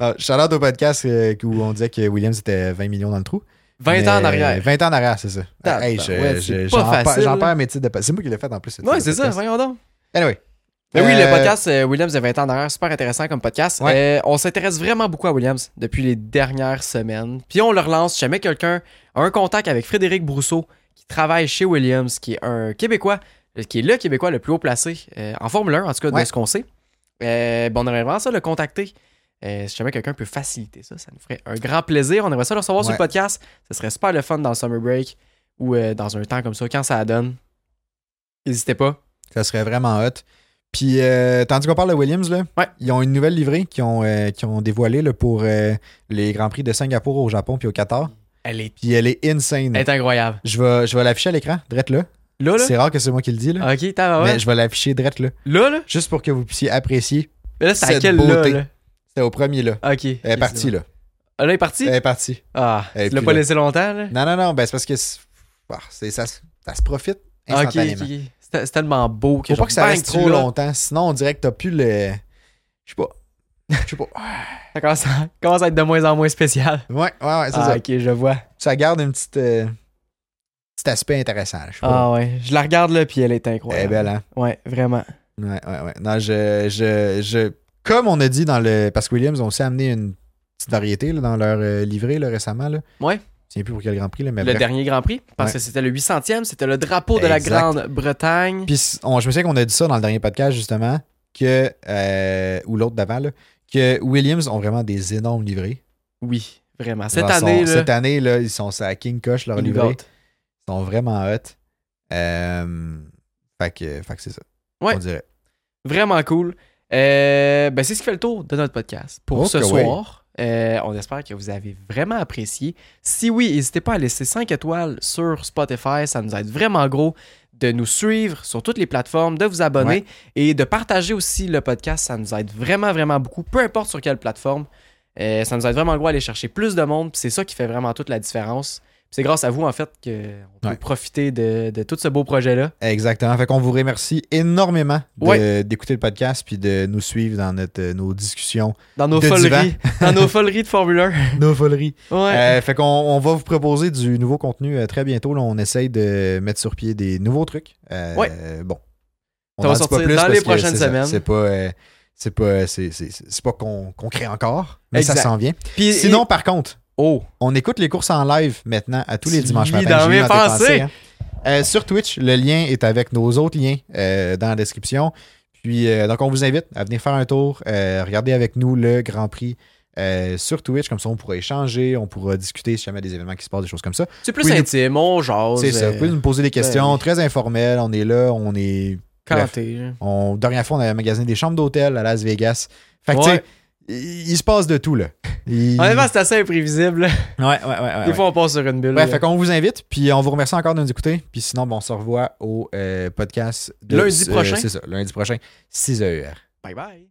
Speaker 3: Non, shoutout au podcast euh, où on disait que Williams était 20 millions dans le trou.
Speaker 1: 20
Speaker 3: Mais-
Speaker 1: ans en arrière.
Speaker 3: 20 ans en arrière, c'est ça.
Speaker 1: Tabarouette,
Speaker 3: je-
Speaker 1: c'est
Speaker 3: je-
Speaker 1: pas
Speaker 3: j'en perds-
Speaker 1: facile.
Speaker 3: J'en perds mes titres de podcast. C'est moi qui l'ai fait en plus. ce titre
Speaker 1: Ouais,
Speaker 3: de
Speaker 1: c'est ça,
Speaker 3: podcast.
Speaker 1: voyons donc.
Speaker 3: Anyway.
Speaker 1: Mais oui,
Speaker 3: Euh,
Speaker 1: le podcast euh, Williams de 20 ans en arrière, super intéressant comme podcast.
Speaker 3: Ouais.
Speaker 1: Euh, on s'intéresse vraiment beaucoup à Williams depuis les dernières semaines. Puis on le relance. Si jamais quelqu'un a un contact avec Frédéric Brousseau, qui travaille chez Williams, qui est un Québécois, euh, qui est le Québécois le plus haut placé euh, en Formule 1, en tout cas
Speaker 3: Ouais.
Speaker 1: de ce qu'on sait. Euh, ben, on aimerait vraiment ça le contacter. Euh, si jamais quelqu'un peut faciliter ça, ça nous ferait un grand plaisir. On aimerait ça le recevoir sur
Speaker 3: Ouais.
Speaker 1: le podcast. Ce serait super le fun dans le summer break ou euh, dans un temps comme ça, quand ça la donne. N'hésitez pas.
Speaker 3: Ça serait vraiment hot. Puis, euh, tandis qu'on parle de Williams, là,
Speaker 1: Ouais.
Speaker 3: ils ont une nouvelle livrée qu'ils ont, euh, qu'ils ont dévoilée là, pour euh, les Grands Prix de Singapour au Japon puis au Qatar.
Speaker 1: Elle est,
Speaker 3: Puis elle est insane.
Speaker 1: elle est incroyable.
Speaker 3: Je vais, je vais l'afficher à l'écran, drette là.
Speaker 1: Là, là,
Speaker 3: C'est rare que c'est moi qui le dis, là.
Speaker 1: Ok, t'as
Speaker 3: Mais je vais l'afficher drette là.
Speaker 1: Là, là.
Speaker 3: Juste pour que vous puissiez apprécier.
Speaker 1: Mais là, c'est à
Speaker 3: Cette
Speaker 1: quel là,
Speaker 3: beauté.
Speaker 1: là?
Speaker 3: C'était au premier, là.
Speaker 1: Ok.
Speaker 3: Elle est partie, là.
Speaker 1: Ah, là, il est parti?
Speaker 3: Elle est partie.
Speaker 1: Ah,
Speaker 3: elle est
Speaker 1: tu l'as
Speaker 3: plus
Speaker 1: pas
Speaker 3: là.
Speaker 1: laissé longtemps, là?
Speaker 3: Non, non, non. Ben, c'est parce que c'est- bah, c'est- ça, se- ça se profite
Speaker 1: Ah, ok,
Speaker 3: instantanément.
Speaker 1: ok, ok. C'est c'est tellement beau que
Speaker 3: Faut pas
Speaker 1: genre,
Speaker 3: que ça
Speaker 1: bang,
Speaker 3: reste
Speaker 1: tu
Speaker 3: trop
Speaker 1: l'as.
Speaker 3: longtemps. Sinon, on dirait que t'as plus le. Je sais pas. Je sais pas.
Speaker 1: Ça commence, à, commence à être de moins en moins spécial.
Speaker 3: Ouais, ouais, ouais, c'est
Speaker 1: Ah,
Speaker 3: ça.
Speaker 1: ok, je vois.
Speaker 3: ça garde un petit, euh, petit aspect intéressant. là, Je sais pas.
Speaker 1: Ah, ouais. Je la regarde, là, puis elle est
Speaker 3: Elle est
Speaker 1: incroyable.
Speaker 3: belle, hein?
Speaker 1: Ouais, vraiment.
Speaker 3: Ouais, ouais, ouais. Non, je, je, je- Comme on a dit dans le. Parce que Williams ont aussi amené une petite variété là, dans leur euh, livret là, récemment. Là.
Speaker 1: Ouais.
Speaker 3: Je sais plus pour quel Grand Prix, là, mais
Speaker 1: Le
Speaker 3: bref.
Speaker 1: dernier Grand Prix, parce
Speaker 3: Ouais.
Speaker 1: que c'était le 800e, c'était le drapeau de
Speaker 3: Exact.
Speaker 1: la Grande-Bretagne.
Speaker 3: Puis c- on- je me souviens qu'on a dit ça dans le dernier podcast, justement, que. euh, ou l'autre d'avant, là, que Williams ont vraiment des énormes livrés.
Speaker 1: Oui, vraiment. Cette
Speaker 3: Genre, sont-
Speaker 1: année, là,
Speaker 3: cette année, là, ils sont à King Koch, leur
Speaker 1: ils nous
Speaker 3: livré.
Speaker 1: gâtent.
Speaker 3: Ils sont vraiment hot. Euh, fait que, fait que c'est ça.
Speaker 1: Ouais.
Speaker 3: On dirait.
Speaker 1: Vraiment cool. Euh, ben, c'est ce qui fait le tour de notre podcast pour
Speaker 3: Oh,
Speaker 1: ce
Speaker 3: que oui.
Speaker 1: soir. Euh, on espère que vous avez vraiment apprécié. Si oui, n'hésitez pas à laisser 5 étoiles sur Spotify. Ça nous aide vraiment gros de nous suivre sur toutes les plateformes, de vous abonner et de partager aussi le podcast. Ça nous aide vraiment, vraiment beaucoup, peu importe sur quelle plateforme. Euh, ça nous aide vraiment gros à aller chercher plus de monde. puis C'est ça qui fait vraiment toute la différence. Puis C'est grâce à vous, en fait, qu'on peut
Speaker 3: Ouais.
Speaker 1: profiter de, de tout ce beau projet-là.
Speaker 3: Exactement. Fait qu'on vous remercie énormément de-
Speaker 1: Ouais.
Speaker 3: d'écouter le podcast puis de nous suivre dans notre, euh, nos discussions,
Speaker 1: Dans nos
Speaker 3: De
Speaker 1: foleries. dans nos foleries de Formule 1.
Speaker 3: nos foleries.
Speaker 1: Ouais.
Speaker 3: Euh, fait qu'on on va vous proposer du nouveau contenu euh, très bientôt. Là, on essaye de mettre sur pied des nouveaux trucs. Euh, Bon.
Speaker 1: Ça va
Speaker 3: en dit
Speaker 1: sortir dans
Speaker 3: parce
Speaker 1: les
Speaker 3: que
Speaker 1: prochaines
Speaker 3: c'est ça.
Speaker 1: semaines.
Speaker 3: C'est pas. euh, c'est pas, c'est, c'est- c'est pas qu'on, qu'on crée encore, mais ça
Speaker 1: Exact.
Speaker 3: s'en vient.
Speaker 1: Puis-
Speaker 3: Sinon, par contre,
Speaker 1: oh,
Speaker 3: on écoute les courses en live maintenant à tous les
Speaker 1: Tu
Speaker 3: dimanches
Speaker 1: lis
Speaker 3: matin.
Speaker 1: dans
Speaker 3: J'ai
Speaker 1: mes
Speaker 3: lu tes
Speaker 1: pensées.
Speaker 3: hein. Euh, sur Twitch, le lien est avec nos autres liens euh, dans la description. Puis, euh, donc, on vous invite à venir faire un tour, euh, regarder avec nous le Grand Prix euh, sur Twitch. Comme ça, on pourra échanger, on pourra discuter si jamais des événements qui se passent, des choses comme ça.
Speaker 1: c'est plus
Speaker 3: Oui,
Speaker 1: intime, on jase. euh,
Speaker 3: C'est ça. Vous pouvez nous poser des questions
Speaker 1: oui.
Speaker 3: très informelles. On est là, on est.
Speaker 1: Quand
Speaker 3: Bref.
Speaker 1: t'es-
Speaker 3: On, dernière fois, on avait magasiné des chambres d'hôtel à Las Vegas. Fait que,
Speaker 1: Ouais.
Speaker 3: tu sais, il, il se passe de tout, là. Il-
Speaker 1: Honnêtement, c'est assez imprévisible. là.
Speaker 3: ouais, ouais, ouais, ouais,
Speaker 1: Des
Speaker 3: ouais.
Speaker 1: fois, on passe sur une bulle.
Speaker 3: Bref,
Speaker 1: là.
Speaker 3: fait qu'on vous invite, puis on vous remercie encore de nous écouter. Puis sinon, bon, on se revoit au euh, podcast de-
Speaker 1: Lundi
Speaker 3: euh,
Speaker 1: prochain.
Speaker 3: C'est ça, lundi prochain, 6 heures.
Speaker 1: Bye bye.